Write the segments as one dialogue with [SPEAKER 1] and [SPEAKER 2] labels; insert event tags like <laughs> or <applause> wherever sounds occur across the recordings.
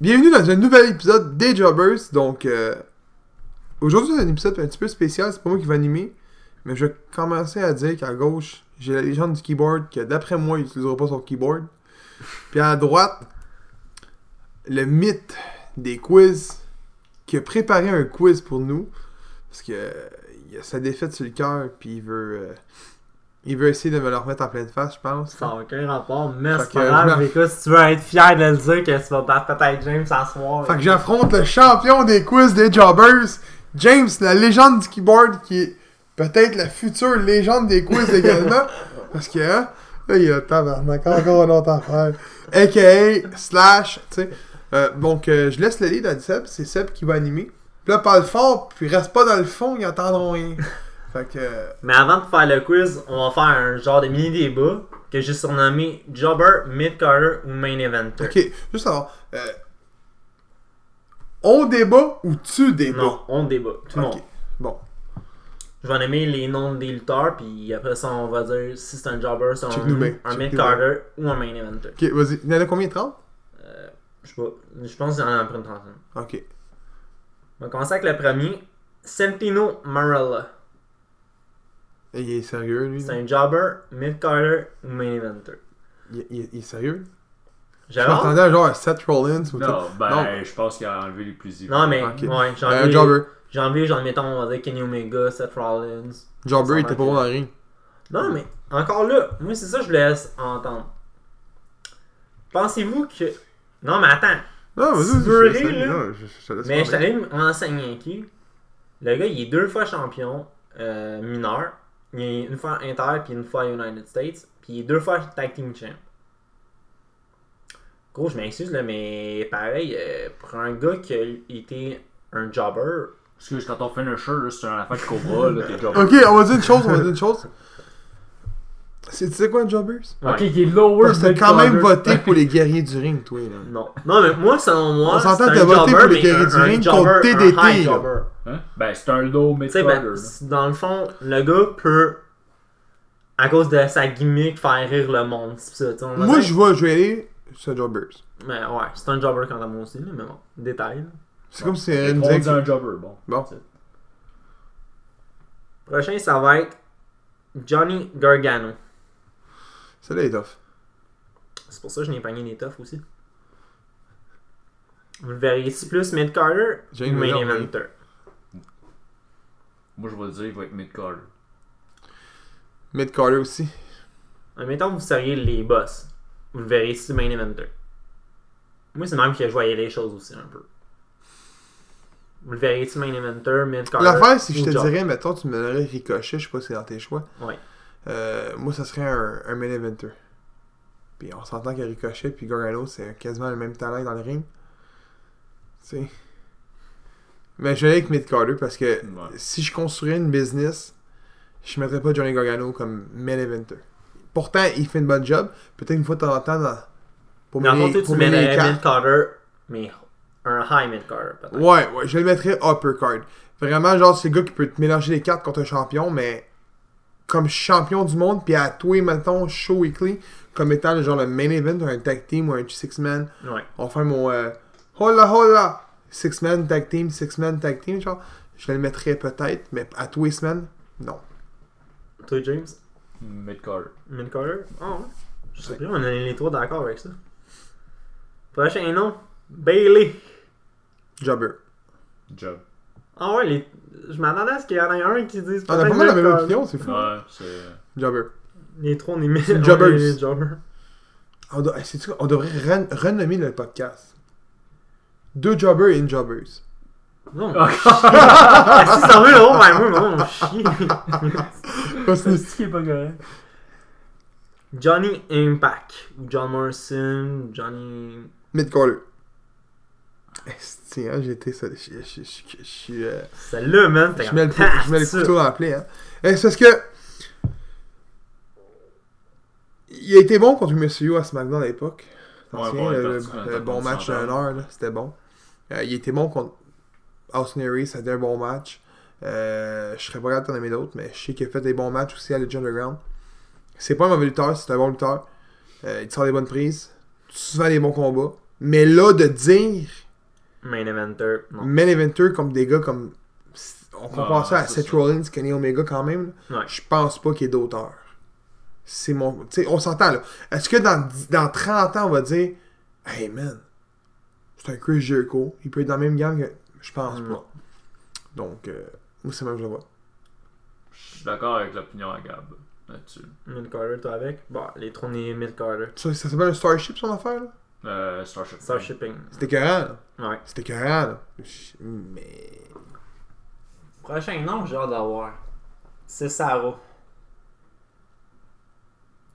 [SPEAKER 1] Bienvenue dans un nouvel épisode des Jobbers. Donc, euh, aujourd'hui, c'est un épisode un petit peu spécial. C'est pas moi qui vais animer. Mais je vais commencer à dire qu'à gauche, j'ai la légende du keyboard que d'après moi, il n'utilisera pas son keyboard. Puis à droite, le mythe des quiz qui a préparé un quiz pour nous. Parce que euh, il a sa défaite sur le cœur. Puis il veut, euh, il veut essayer de me le remettre en pleine face, je pense.
[SPEAKER 2] Ça n'a aucun rapport,
[SPEAKER 1] Fait
[SPEAKER 2] mais c'est
[SPEAKER 1] que
[SPEAKER 2] pas grave.
[SPEAKER 1] je me-
[SPEAKER 2] Écoute, si tu veux être fier de le dire que tu vas battre peut-être James à soir.
[SPEAKER 1] Fait que j'affronte le champion des quiz des jobbers, James, la légende du keyboard, qui est peut-être la future légende des quiz
[SPEAKER 2] <laughs>
[SPEAKER 1] également. parce que, hein, là, il y a tabarnak, encore un autre affaire. AKA, slash, tu sais. Euh, donc, euh, je laisse le lead à Seb, c'est Seb qui va animer. Puis là, parle fort, puis reste pas dans le fond, ils entendront
[SPEAKER 2] <laughs>
[SPEAKER 1] rien. Fait que, euh,
[SPEAKER 2] Mais avant de faire le quiz, on va faire un genre de mini débat que j'ai surnommé Jobber, Mid-Carter ou Main Eventer.
[SPEAKER 1] ok, juste avant. euh, on débat ou tu débats?
[SPEAKER 2] Non, on débat. Tout le
[SPEAKER 1] Ok.
[SPEAKER 2] monde.
[SPEAKER 1] Bon,
[SPEAKER 2] Je vais nommer les noms des lutteurs, puis après ça, on va dire si c'est un Jobber, c'est
[SPEAKER 1] Check nous bien,
[SPEAKER 2] un, un
[SPEAKER 1] check nous
[SPEAKER 2] Mid-Carter ou un Main Eventer.
[SPEAKER 1] ok, vas-y. Il y en a combien, 30?
[SPEAKER 2] Euh, je sais pas. Je pense qu'il y en a après une trentaine.
[SPEAKER 1] Ok.
[SPEAKER 2] On va commencer avec le premier. Santino Marella.
[SPEAKER 1] Et Il est sérieux, lui.
[SPEAKER 2] C'est un Jobber, Mid-Carter ou Main Eventer.
[SPEAKER 1] Il, il- il est sérieux. Je
[SPEAKER 2] J'avance.
[SPEAKER 1] m'attendais à genre à Seth Rollins ou tout.
[SPEAKER 3] Non, ben,
[SPEAKER 1] Non.
[SPEAKER 3] je pense qu'il a enlevé les plus
[SPEAKER 2] Non, mais
[SPEAKER 1] Ok.
[SPEAKER 2] ouais, j'ai
[SPEAKER 1] Euh,
[SPEAKER 2] enlevé,
[SPEAKER 1] Jobber.
[SPEAKER 2] j'ai enlevé, genre, mettons, on va dire Kenny Omega, Seth Rollins.
[SPEAKER 1] Jobber, il était
[SPEAKER 2] marche.
[SPEAKER 1] pas bon dans le ring. Mm.
[SPEAKER 2] Non, mais encore là, moi, c'est ça que je voulais entendre. Pensez-vous que. Non, mais attends,
[SPEAKER 1] Non, vas-y,
[SPEAKER 2] Tu
[SPEAKER 1] vas-y,
[SPEAKER 2] veux
[SPEAKER 1] je-
[SPEAKER 2] rire,
[SPEAKER 1] je-
[SPEAKER 2] là?
[SPEAKER 1] non, je- je te laisse
[SPEAKER 2] mais je
[SPEAKER 1] parler.
[SPEAKER 2] t'allais m'enseigner qui Le gars, il est deux fois champion euh, mineur. Il est une fois Inter, puis une fois United States. Puis il est deux fois Tag Team Champ. Gros, je m'excuse, là, mais pareil, euh, pour un gars qui a été un jobber,
[SPEAKER 3] Parce que quand on finisher, là, c'est un affaire de Cobra, là, t'es genre.
[SPEAKER 1] Ok, on va dire une chose, on va dire une chose. C'est, tu sais quoi, Jobbers?
[SPEAKER 2] Ouais.
[SPEAKER 3] Ok, il est lower.
[SPEAKER 1] Parce que t'as quand même voté pour les guerriers du ring, toi, là.
[SPEAKER 2] Non. Non, mais moi, selon moi,
[SPEAKER 1] On s'entend
[SPEAKER 2] c'est
[SPEAKER 1] que
[SPEAKER 2] un
[SPEAKER 1] t'as voté pour
[SPEAKER 2] jobber,
[SPEAKER 1] les
[SPEAKER 2] mais
[SPEAKER 1] guerriers
[SPEAKER 2] un-
[SPEAKER 1] du
[SPEAKER 2] un
[SPEAKER 1] ring
[SPEAKER 2] jobber,
[SPEAKER 1] contre
[SPEAKER 2] un
[SPEAKER 1] TDT,
[SPEAKER 2] high
[SPEAKER 1] là.
[SPEAKER 2] jobber.
[SPEAKER 3] Hein? Ben, c'est un low
[SPEAKER 2] Tu sais,
[SPEAKER 3] mid-carter.
[SPEAKER 2] ben,
[SPEAKER 3] là.
[SPEAKER 2] c'est- dans le fond, le gars peut, à cause de sa gimmick, faire rire le monde. c'est ça, tu sais, on va
[SPEAKER 1] Moi,
[SPEAKER 2] dire.
[SPEAKER 1] je vois, je vais aller sur Jobbers.
[SPEAKER 2] Mais ouais, c'est un jobber quand même aussi, là, mais bon, détail.
[SPEAKER 1] C'est comme si
[SPEAKER 3] Et
[SPEAKER 1] elle me
[SPEAKER 3] On
[SPEAKER 1] disait
[SPEAKER 3] dit
[SPEAKER 1] que...
[SPEAKER 3] un jobber, bon.
[SPEAKER 1] Bon.
[SPEAKER 2] Prochain, ça va être Johnny Gargano.
[SPEAKER 1] Celle-là est tough.
[SPEAKER 2] C'est pour ça que je n'ai pogné des toughs aussi. Vous le verriez plus mid-carter
[SPEAKER 1] J'ai
[SPEAKER 2] ou main
[SPEAKER 1] une raison, oui.
[SPEAKER 2] eventer?
[SPEAKER 3] Moi, je vais dire, il va être mid-carter.
[SPEAKER 1] Mid Carter aussi.
[SPEAKER 2] Mettons que vous seriez les boss. Vous le verriez si main eventer. Moi, c'est même que je voyais les choses aussi un peu. Vous le verriez si main eventer, mid carter.
[SPEAKER 1] L'affaire, c'est que je
[SPEAKER 2] ou
[SPEAKER 1] te
[SPEAKER 2] job?
[SPEAKER 1] dirais, mettons, tu me donnerais Ricochet, je sais pas si c'est dans tes choix.
[SPEAKER 2] Ouais.
[SPEAKER 1] Euh, moi, ça serait un, un main eventer. Puis on s'entend que Ricochet puis Gargano, c'est quasiment le même talent dans le ring. Tu sais. Mais je vais aller avec Mid Carter parce que
[SPEAKER 3] Ouais.
[SPEAKER 1] si je construis une business, je mettrais pas Johnny Gargano comme main eventer. Pourtant, il fait une bonne job. Peut-être une fois de temps en temps dans- pour
[SPEAKER 2] Mais en
[SPEAKER 1] mener
[SPEAKER 2] contre, tu
[SPEAKER 1] pour mener les
[SPEAKER 2] mets
[SPEAKER 1] cartes.
[SPEAKER 2] mid carter, mais un high mid carter peut-être.
[SPEAKER 1] Ouais, ouais, je le mettrais upper card. Vraiment, genre, c'est le gars qui peut te mélanger les cartes contre un champion, mais comme champion du monde, puis à tous les matins, show weekly, comme étant le genre le main event d'un tag team ou un six-man.
[SPEAKER 2] Ouais.
[SPEAKER 1] On fait mon euh, hola hola! Six-man tag team, six-man tag team, genre. Je le mettrais peut-être, mais à tous les semaines, non.
[SPEAKER 2] Toi, James,
[SPEAKER 3] Mid-carter.
[SPEAKER 2] mid carter? Ah ouais. Je sais plus, on est les trois d'accord avec ça. Prochain nom, Bailey.
[SPEAKER 1] Jobber.
[SPEAKER 3] Job.
[SPEAKER 2] Ah ouais, les... je m'attendais à ce qu'il y en ait un qui dise.
[SPEAKER 1] On a pas
[SPEAKER 2] peut-être
[SPEAKER 1] mal Ah, la même
[SPEAKER 2] mid-carter.
[SPEAKER 1] opinion, c'est fou.
[SPEAKER 3] Ouais, c'est.
[SPEAKER 1] Jobber.
[SPEAKER 2] Les trois, on est mis.
[SPEAKER 1] une jobbeuse.
[SPEAKER 2] jobbers.
[SPEAKER 1] On, doit- eh, sais-tu quoi? On devrait ren- renommer le podcast. Deux jobbers et une jobbeuse.
[SPEAKER 2] Non. Ah, si ça veut, là, oh, ben, moi, mon chien.
[SPEAKER 1] Parce que-
[SPEAKER 3] ce qui est pas correct.
[SPEAKER 2] Johnny Impact. Ou John Morrison. Johnny.
[SPEAKER 1] Mid-caller. Esti, hein, j'ai été ça. Je, je, je, je, je suis, euh,
[SPEAKER 2] Celle-là, man. t'es
[SPEAKER 1] je mets le, cou-
[SPEAKER 2] en
[SPEAKER 1] je mets le
[SPEAKER 2] tasse,
[SPEAKER 1] couteau dans la plaie. Hein. Eh, C'est parce que. Il a été bon contre Monsieur You à SmackDown à l'époque.
[SPEAKER 3] Ouais,
[SPEAKER 1] Ancien,
[SPEAKER 3] bon, il est
[SPEAKER 1] le,
[SPEAKER 3] parti
[SPEAKER 1] le
[SPEAKER 3] dans un
[SPEAKER 1] bon
[SPEAKER 3] top
[SPEAKER 1] match de
[SPEAKER 3] 100.
[SPEAKER 1] heure, là, c'était bon. Euh, il était bon contre Austin Aries, c'était un bon match. Euh, je serais pas capable d'en aimer d'autres, mais je sais qu'il a fait des bons matchs aussi à Legend Underground. C'est pas un mauvais lutteur, c'est un bon lutteur. Euh, il te sort des bonnes prises, souvent des bons combats. Mais là, de dire
[SPEAKER 2] Main Eventer, non.
[SPEAKER 1] Main Eventer comme des gars comme. On compare
[SPEAKER 3] Ah,
[SPEAKER 1] ça à
[SPEAKER 3] c'est
[SPEAKER 1] Seth
[SPEAKER 3] ça.
[SPEAKER 1] Rollins, Kenny Omega quand même. là.
[SPEAKER 2] Ouais.
[SPEAKER 1] Je pense pas qu'il y ait d'auteur. C'est mon. Tu sais, on s'entend là. Est-ce que dans, dix- dans 30 ans, on va dire Hey man, c'est un Chris Jericho, il peut être dans la même gang que. Je pense
[SPEAKER 2] Non.
[SPEAKER 1] pas. Donc, euh, moi, c'est même que je le vois.
[SPEAKER 3] Je suis d'accord avec l'opinion à Gab là-dessus.
[SPEAKER 2] Mid Carter, toi avec Bon, les trois nés Mid Carter.
[SPEAKER 1] Ça, ça s'appelle un Starship, son affaire là
[SPEAKER 3] Euh, Starship.
[SPEAKER 2] Star Shipping.
[SPEAKER 1] C'était écœurant, là.
[SPEAKER 2] Ouais.
[SPEAKER 1] C'était écœurant, là. Je- Mais.
[SPEAKER 2] Prochain nom, j'ai hâte d'avoir. C'est Sarah.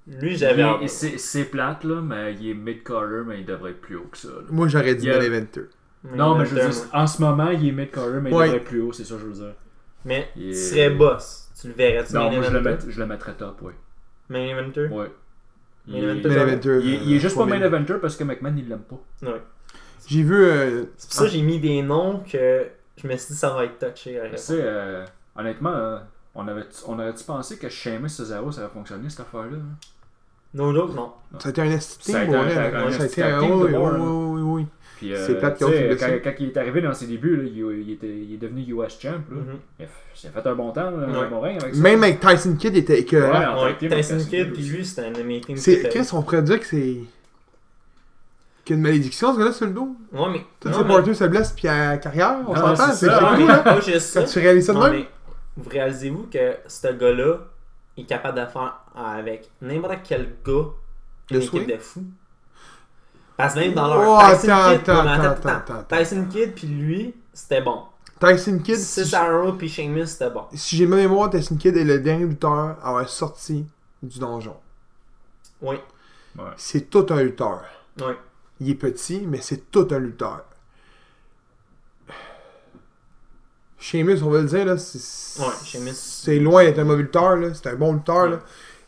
[SPEAKER 2] Lui, j'avais
[SPEAKER 3] Il-
[SPEAKER 2] hâte.
[SPEAKER 3] C'est c'est plate, là, mais il est mid-carter, mais il devrait être plus haut que ça. là.
[SPEAKER 1] Moi, j'aurais dit
[SPEAKER 3] Yeah.
[SPEAKER 1] Main Eventer.
[SPEAKER 3] Non, mais je veux
[SPEAKER 2] Terme.
[SPEAKER 3] dire, en ce moment, il est mid-carter, mais
[SPEAKER 1] Ouais.
[SPEAKER 3] il devrait être plus haut, c'est ça que je veux dire.
[SPEAKER 2] Mais
[SPEAKER 3] Il est-
[SPEAKER 2] tu serais boss. Tu le verrais-tu
[SPEAKER 3] Non,
[SPEAKER 2] main
[SPEAKER 3] moi, je le,
[SPEAKER 2] eventer?
[SPEAKER 3] mettrais- je le mettrais top, oui.
[SPEAKER 2] Main eventer?
[SPEAKER 3] Ouais. Il,
[SPEAKER 2] Main
[SPEAKER 3] est-
[SPEAKER 2] eventer.
[SPEAKER 1] Main
[SPEAKER 2] ça.
[SPEAKER 1] Eventer.
[SPEAKER 3] il est- il est juste pas
[SPEAKER 1] euh,
[SPEAKER 3] main eventer parce que McMahon, il l'aime pas.
[SPEAKER 2] Ouais.
[SPEAKER 1] J'ai vu. euh,
[SPEAKER 2] C'est pour ça que j'ai mis des noms que je me suis dit ça va être touché. à
[SPEAKER 3] Tu
[SPEAKER 2] répondre.
[SPEAKER 3] sais, euh, honnêtement, euh, on avait on aurait-tu pensé que Seamus Cesaro, ça aurait fonctionné, cette affaire-là? hein?
[SPEAKER 2] No joke, non.
[SPEAKER 1] Ça a été un esti
[SPEAKER 3] Ça a été
[SPEAKER 1] pour
[SPEAKER 3] un-
[SPEAKER 1] vrai,
[SPEAKER 3] un
[SPEAKER 1] là. Ça a
[SPEAKER 3] esti
[SPEAKER 1] été un.
[SPEAKER 3] tag team de
[SPEAKER 1] Oui,
[SPEAKER 3] bord,
[SPEAKER 1] oui,
[SPEAKER 3] là.
[SPEAKER 1] oui, oui.
[SPEAKER 3] Puis, euh,
[SPEAKER 1] C'est plate
[SPEAKER 3] tu
[SPEAKER 1] qu'ils ont été
[SPEAKER 3] sais,
[SPEAKER 1] blessés.
[SPEAKER 3] quand, quand il est arrivé dans ses débuts, là, il, il était, il est devenu US champ. Là.
[SPEAKER 2] Mhm.
[SPEAKER 3] Il a f- il s'est fait un bon temps, là,
[SPEAKER 2] Ouais.
[SPEAKER 3] un bon règne avec ça.
[SPEAKER 1] Même euh, avec Tyson Kidd, il était
[SPEAKER 3] Ouais,
[SPEAKER 1] écœurant.
[SPEAKER 3] en
[SPEAKER 2] Ouais,
[SPEAKER 3] tag team,
[SPEAKER 2] Tyson Kidd,
[SPEAKER 3] Tyson Kidd
[SPEAKER 2] puis
[SPEAKER 3] aussi.
[SPEAKER 2] lui, c'était un meeting.
[SPEAKER 1] C'est
[SPEAKER 2] qu'il
[SPEAKER 1] Qu'est-ce qu'on pourrait dire que c'est. Qu'il y a une malédiction, ce gars-là, sur le dos
[SPEAKER 2] fait. Ouais, mais.
[SPEAKER 1] Tu
[SPEAKER 2] non,
[SPEAKER 1] sais,
[SPEAKER 2] mais-
[SPEAKER 1] Porter se blesse, puis à carrière, on
[SPEAKER 3] Ah,
[SPEAKER 1] s'entend,
[SPEAKER 3] c'est
[SPEAKER 1] c'est
[SPEAKER 3] ça,
[SPEAKER 1] c'est
[SPEAKER 2] Non,
[SPEAKER 1] cool,
[SPEAKER 2] mais
[SPEAKER 1] hein
[SPEAKER 2] pas juste ça.
[SPEAKER 1] Quand tu réalises ça de
[SPEAKER 2] Non,
[SPEAKER 1] même
[SPEAKER 2] mais vous réalisez-vous que ce gars-là est capable de faire avec n'importe quel gars
[SPEAKER 1] Le
[SPEAKER 2] une équipe
[SPEAKER 1] swing?
[SPEAKER 2] de fous? Parce que même dans
[SPEAKER 1] Oh,
[SPEAKER 2] leur Tyson
[SPEAKER 1] attends,
[SPEAKER 2] Kidd,
[SPEAKER 1] attends,
[SPEAKER 2] non, mais
[SPEAKER 1] attends, attends, attends.
[SPEAKER 2] Tyson Kidd puis lui, c'était bon.
[SPEAKER 1] Tyson Kidd, si,
[SPEAKER 2] Cesaro puis Sheamus, c'était bon.
[SPEAKER 1] si j'ai ma mémoire, Tyson Kidd est le dernier lutteur à avoir sorti du donjon.
[SPEAKER 2] Oui,
[SPEAKER 1] C'est tout un lutteur.
[SPEAKER 2] oui.
[SPEAKER 1] Il est petit, mais c'est tout un lutteur. Sheamus, on va le dire, là, c'est
[SPEAKER 2] Ouais, Sheamus.
[SPEAKER 1] c'est loin d'être un mauvais lutteur, là. C'est un bon lutteur, là.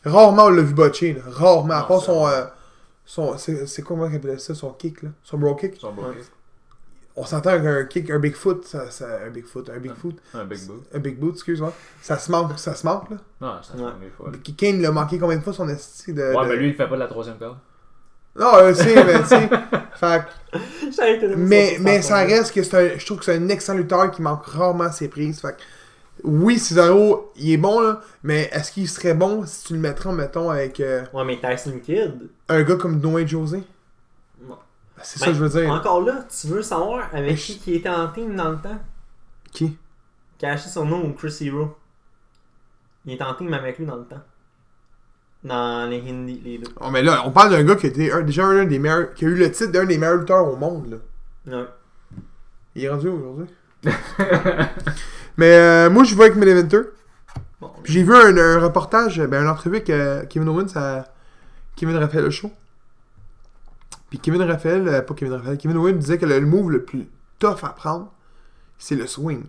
[SPEAKER 2] Ouais.
[SPEAKER 1] Rarement on l'a vu botcher, là. Rarement. À
[SPEAKER 3] Non,
[SPEAKER 1] part
[SPEAKER 3] ça-
[SPEAKER 1] son... euh, son c'est c'est quoi, comment il appelait ça? Son kick, là? Son bro kick?
[SPEAKER 3] Son bro
[SPEAKER 2] Ouais.
[SPEAKER 3] kick.
[SPEAKER 1] On s'entend qu'un kick, un Bigfoot, ça, ça- un Bigfoot, un Bigfoot,
[SPEAKER 3] Un big boot.
[SPEAKER 1] un Big Boot, excuse-moi. Ça se manque, ça se manque, là.
[SPEAKER 3] Non, ça
[SPEAKER 2] Ouais.
[SPEAKER 3] fait des fois. là.
[SPEAKER 1] Puis Kane l'a manqué combien de fois, son esti de...
[SPEAKER 3] Ouais,
[SPEAKER 1] Euh, de-
[SPEAKER 3] mais lui, il fait pas de la troisième
[SPEAKER 1] <laughs>
[SPEAKER 3] corde.
[SPEAKER 1] Non, euh, c'est, mais tu
[SPEAKER 3] <laughs>
[SPEAKER 1] sais... Fait que-
[SPEAKER 2] J'avais été
[SPEAKER 1] Mais,
[SPEAKER 2] sur-
[SPEAKER 1] mais
[SPEAKER 2] sur-
[SPEAKER 1] ça reste que c'est un, je trouve que c'est un excellent lutteur qui manque rarement ses prises. Fait que, oui, Cesaro, il est bon, là, mais est-ce qu'il serait bon si tu le mettrais, mettons, avec euh,
[SPEAKER 2] Ouais, mais Tyson Kidd.
[SPEAKER 1] un gars comme Dwayne José
[SPEAKER 2] Non.
[SPEAKER 1] C'est ça
[SPEAKER 2] Ben,
[SPEAKER 1] que je veux dire.
[SPEAKER 2] Encore là, tu veux savoir
[SPEAKER 1] Mais
[SPEAKER 2] avec
[SPEAKER 1] je-
[SPEAKER 2] qui qui était en team dans le temps
[SPEAKER 1] Qui
[SPEAKER 2] Qui a acheté son nom au Chris Hero. Il est en team avec lui dans le temps. Dans les Hindi, les deux.
[SPEAKER 1] Oh, mais là, on parle d'un gars qui a été un- déjà un des meilleurs, qui a eu le titre d'un des meilleurs lutteurs au monde, là.
[SPEAKER 2] Ouais.
[SPEAKER 1] Il est rendu où aujourd'hui Mais euh, moi, je vais avec Main Eventer.
[SPEAKER 2] Bon.
[SPEAKER 1] Puis J'ai vu un, un reportage, ben, une entrevue avec euh, Kevin Owens à Kevin Raphaël Show. Puis Kevin Raphaël, euh, pas Kevin Raphaël, Kevin Owens disait que le move le plus tough à prendre, c'est le swing.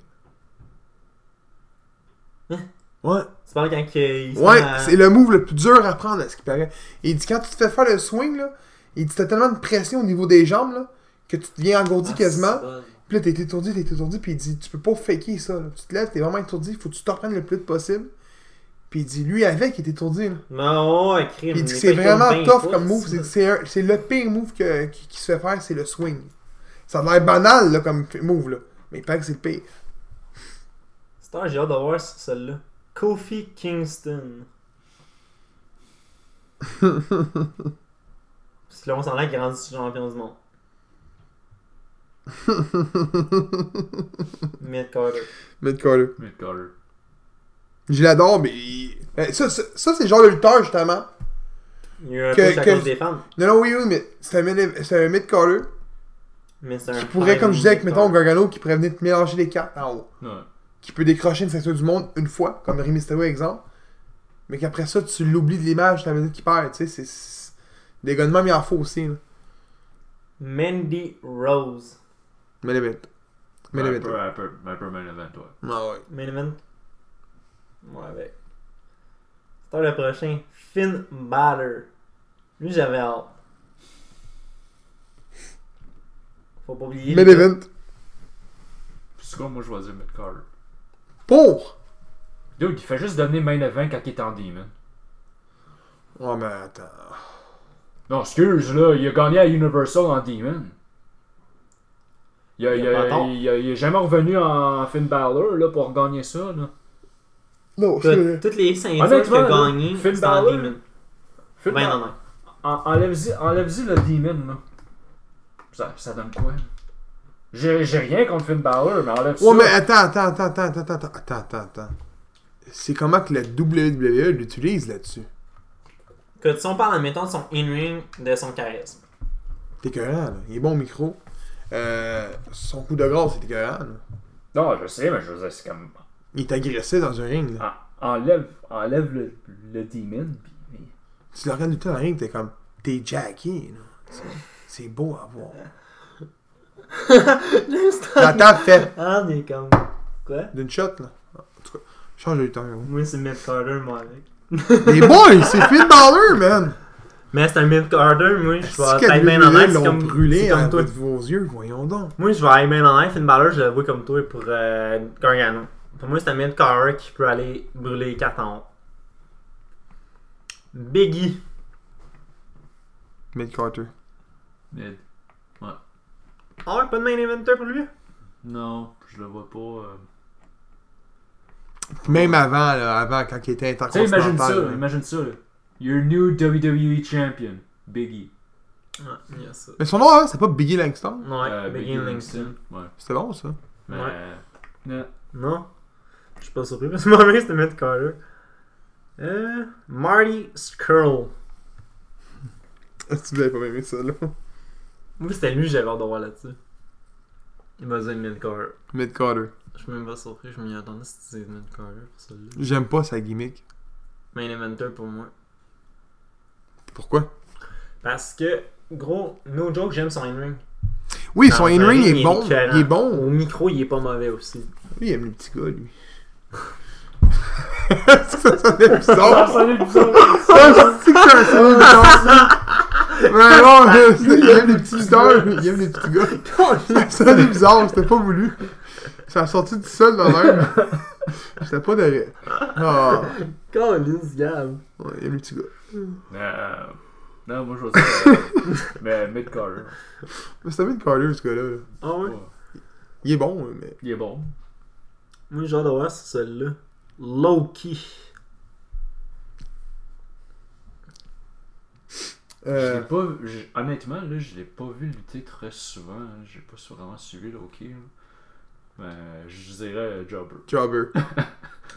[SPEAKER 2] Hein?
[SPEAKER 1] Ouais,
[SPEAKER 2] Tu parles quand il se
[SPEAKER 1] ouais
[SPEAKER 2] met à-
[SPEAKER 1] c'est le move le plus dur à prendre, à ce qui paraît. Et il dit quand tu te fais faire le swing, là, il dit t'as tellement de pression au niveau des jambes là, que tu deviens engourdi
[SPEAKER 2] Ah,
[SPEAKER 1] quasiment.
[SPEAKER 2] c'est bon.
[SPEAKER 1] Puis là, t'es étourdi, t'es étourdi, puis il dit, tu peux pas faker ça. là. Tu te lèves, t'es vraiment étourdi, faut que tu te reprennes le plus vite possible. Puis il dit, lui avec, il est étourdi. Là.
[SPEAKER 2] Mais ouais, crime.
[SPEAKER 1] Puis il dit que
[SPEAKER 2] les
[SPEAKER 1] c'est
[SPEAKER 2] mecs, ils ont
[SPEAKER 1] vraiment
[SPEAKER 2] 20
[SPEAKER 1] tough
[SPEAKER 2] pouces,
[SPEAKER 1] comme move.
[SPEAKER 2] ça.
[SPEAKER 1] C'est- C'est un- c'est le pire move que, qui, qui se fait faire, c'est le swing. Ça a l'air banal là, comme move, là. mais il paraît que c'est le <laughs> pire.
[SPEAKER 2] Star, j'ai hâte de voir ce- celle-là. Kofi
[SPEAKER 1] <laughs>
[SPEAKER 2] Kingston. Parce que là, on s'en a qu'il est rendu champion du monde. Mid Carter.
[SPEAKER 1] Mid Carter.
[SPEAKER 3] Mid-carter.
[SPEAKER 1] Je l'adore, mais. il- Ben, Ça, ça, ça, c'est le genre de lutteur, justement.
[SPEAKER 2] Il y a eu un
[SPEAKER 1] Que-
[SPEAKER 2] push à
[SPEAKER 1] que-
[SPEAKER 2] cause des femmes.
[SPEAKER 1] Non, non, oui, oui, mais c'est un, mid- c'est un Mid Carter
[SPEAKER 2] Mais c'est un.
[SPEAKER 1] qui pourrait, comme je disais avec, mettons, Gargano, qui pourrait venir te mélanger les cartes en haut.
[SPEAKER 3] Ouais.
[SPEAKER 1] qui peut décrocher une ceinture du monde une fois, comme Remy Mysterio exemple, mais qu'après ça, tu l'oublies de l'image de la minute qu'il perd, tu sais, c'est- c'est... Des gars de même, il en faut aussi, là.
[SPEAKER 2] Mandy Rose.
[SPEAKER 1] Mais les bêtes. Mais les
[SPEAKER 3] Un
[SPEAKER 1] bêtes.
[SPEAKER 3] peu, un peu, un peu main event, ouais.
[SPEAKER 1] Ah ouais.
[SPEAKER 2] Main event. Moi avec. Star, le prochain. Finn Balor. Lui, j'avais hâte. Faut pas oublier.
[SPEAKER 1] Mais
[SPEAKER 2] le-
[SPEAKER 1] les bêtes.
[SPEAKER 3] Puis c'est quoi, moi, je vais dire mid-carter.
[SPEAKER 1] Pour!
[SPEAKER 3] Dude, il fait juste donner main event quand il est en D, man.
[SPEAKER 1] Oh, mais attends.
[SPEAKER 3] Non, excuse, là, il a gagné à Universal en D, man. Il a- il a-
[SPEAKER 2] Attends.
[SPEAKER 3] il a- il est jamais revenu en Finn Balor là, pour gagner ça. Là.
[SPEAKER 1] Non,
[SPEAKER 2] Tout- Toutes les ceintures qu'il
[SPEAKER 3] Honnêtement,
[SPEAKER 2] a
[SPEAKER 3] là,
[SPEAKER 2] gagnées,
[SPEAKER 3] Finn
[SPEAKER 2] c'est en
[SPEAKER 3] Balor,
[SPEAKER 2] Demon.
[SPEAKER 3] Finn
[SPEAKER 2] Ben
[SPEAKER 3] Balor-
[SPEAKER 2] non, non.
[SPEAKER 3] En- Enlève-y enlève-y le Demon. Là. Ça, ça donne quoi? J'ai j'ai rien contre Finn Balor, mais enlève
[SPEAKER 1] Ouais, mais
[SPEAKER 3] ça.
[SPEAKER 1] attends, attends, attends, attends, attends, attends, attends, attends, attends. C'est comment que la WWE l'utilise là-dessus?
[SPEAKER 2] Que si on parle, admettons, de son in-ring, de
[SPEAKER 1] <laughs>
[SPEAKER 2] son charisme.
[SPEAKER 1] T'es écœurant, là. Il est bon au micro. Euh, son coup de grâce, c'est écœurant, là.
[SPEAKER 3] Non, je sais, mais je veux dire, c'est comme.
[SPEAKER 1] Il est agressé dans un ring, là.
[SPEAKER 3] Ah, enlève, enlève le, le Demon. Puis...
[SPEAKER 1] Tu le regardes tout dans le ring, t'es comme... T'es jacké, là. Tu sais, C'est beau à
[SPEAKER 2] <laughs>
[SPEAKER 1] voir. La table fait
[SPEAKER 2] Ah, des comme. Quoi?
[SPEAKER 1] d'une shot, là. Ah, En tout cas, change de lutteur. gros.
[SPEAKER 2] Moi, c'est Mid Carter, moi, avec.
[SPEAKER 1] Les boys, c'est Finn Balor,
[SPEAKER 2] <laughs>
[SPEAKER 1] man!
[SPEAKER 2] Mais c'est un Mid Carter, moi, je
[SPEAKER 1] Si
[SPEAKER 2] vais
[SPEAKER 1] que
[SPEAKER 2] être bien en
[SPEAKER 1] WWE
[SPEAKER 2] l'air. C'est
[SPEAKER 1] l'ont
[SPEAKER 2] comme, c'est
[SPEAKER 1] brûlé
[SPEAKER 2] comme
[SPEAKER 1] à
[SPEAKER 2] toi.
[SPEAKER 1] votre- vos yeux, voyons donc.
[SPEAKER 2] Moi, je vais être bien en l'air. Finn Balor, je le vois comme toi pour euh, Gargano. Pour moi, c'est un Mid Carter qui peut aller brûler les cartes en haut. Biggie.
[SPEAKER 1] Mid Carter.
[SPEAKER 4] Mais
[SPEAKER 2] Ah ouais, pas de main inventor pour lui?
[SPEAKER 4] non, je le vois pas. euh,
[SPEAKER 1] Même avant, là, avant, quand il était
[SPEAKER 3] Tu sais,
[SPEAKER 1] intercontinental.
[SPEAKER 3] imagine ça,
[SPEAKER 1] là.
[SPEAKER 3] imagine ça. là. Your new
[SPEAKER 4] E
[SPEAKER 3] WWE champion, Biggie.
[SPEAKER 2] Ouais, il y a ça.
[SPEAKER 1] Mais son nom, hein, c'est pas Biggie Langston.
[SPEAKER 2] Ouais,
[SPEAKER 4] euh,
[SPEAKER 2] Biggie Langston.
[SPEAKER 4] Ouais.
[SPEAKER 1] C'était bon, ça.
[SPEAKER 4] Mais
[SPEAKER 2] Ouais.
[SPEAKER 4] euh,
[SPEAKER 2] Non. Je suis pas surpris parce que moi, c'était Matt Carter. Euh, Marty Skrull.
[SPEAKER 1] <laughs> tu voulais pas aimer ça, là.
[SPEAKER 2] Moi, c'était lui, j'avais hâte de voir là-dessus. Il m'a dit Matt Carter.
[SPEAKER 1] Mid Carter.
[SPEAKER 2] Je suis même pas surpris, je m'y attendais si tu disais Matt Carter pour celui-là.
[SPEAKER 1] J'aime pas sa gimmick.
[SPEAKER 2] Main Inventor pour moi.
[SPEAKER 1] Pourquoi
[SPEAKER 2] Parce que, gros, no joke, j'aime son in-ring.
[SPEAKER 1] Oui, son in-ring
[SPEAKER 2] il
[SPEAKER 1] est bon.
[SPEAKER 2] écœurant.
[SPEAKER 1] Il est bon.
[SPEAKER 2] Au micro, il est pas mauvais aussi. <laughs>
[SPEAKER 1] Lui, il aime le petit gars, lui. Est-ce que ça sonnait
[SPEAKER 4] <laughs>
[SPEAKER 1] bizarre Ça, c'est que ça sonnait bizarre. Mais non, c'est- il aime les petits lutteurs. Il aime les petits gars. Ça sonnait bizarre, c'était pas voulu. Ça a sorti tout seul dans l'air. C'était pas de. Ah,
[SPEAKER 2] Colin, Gab.
[SPEAKER 1] ouais, il aime les petits gars.
[SPEAKER 4] euh, non, moi je vois ça. euh, mais Mid Carter,
[SPEAKER 1] Mais c'était Mid Carter, ce gars-là. là.
[SPEAKER 2] Ah ouais?
[SPEAKER 1] Il est bon, hein, mais.
[SPEAKER 4] il est bon.
[SPEAKER 2] Moi, j'ai hâte de voir c'est celui-là. Loki.
[SPEAKER 4] Je
[SPEAKER 1] Euh,
[SPEAKER 4] l'ai pas, je- honnêtement là, je l'ai pas vu lutter très souvent. hein. J'ai pas su- vraiment suivi le hockey. là. Mais je dirais euh, Jobber.
[SPEAKER 1] Jobber.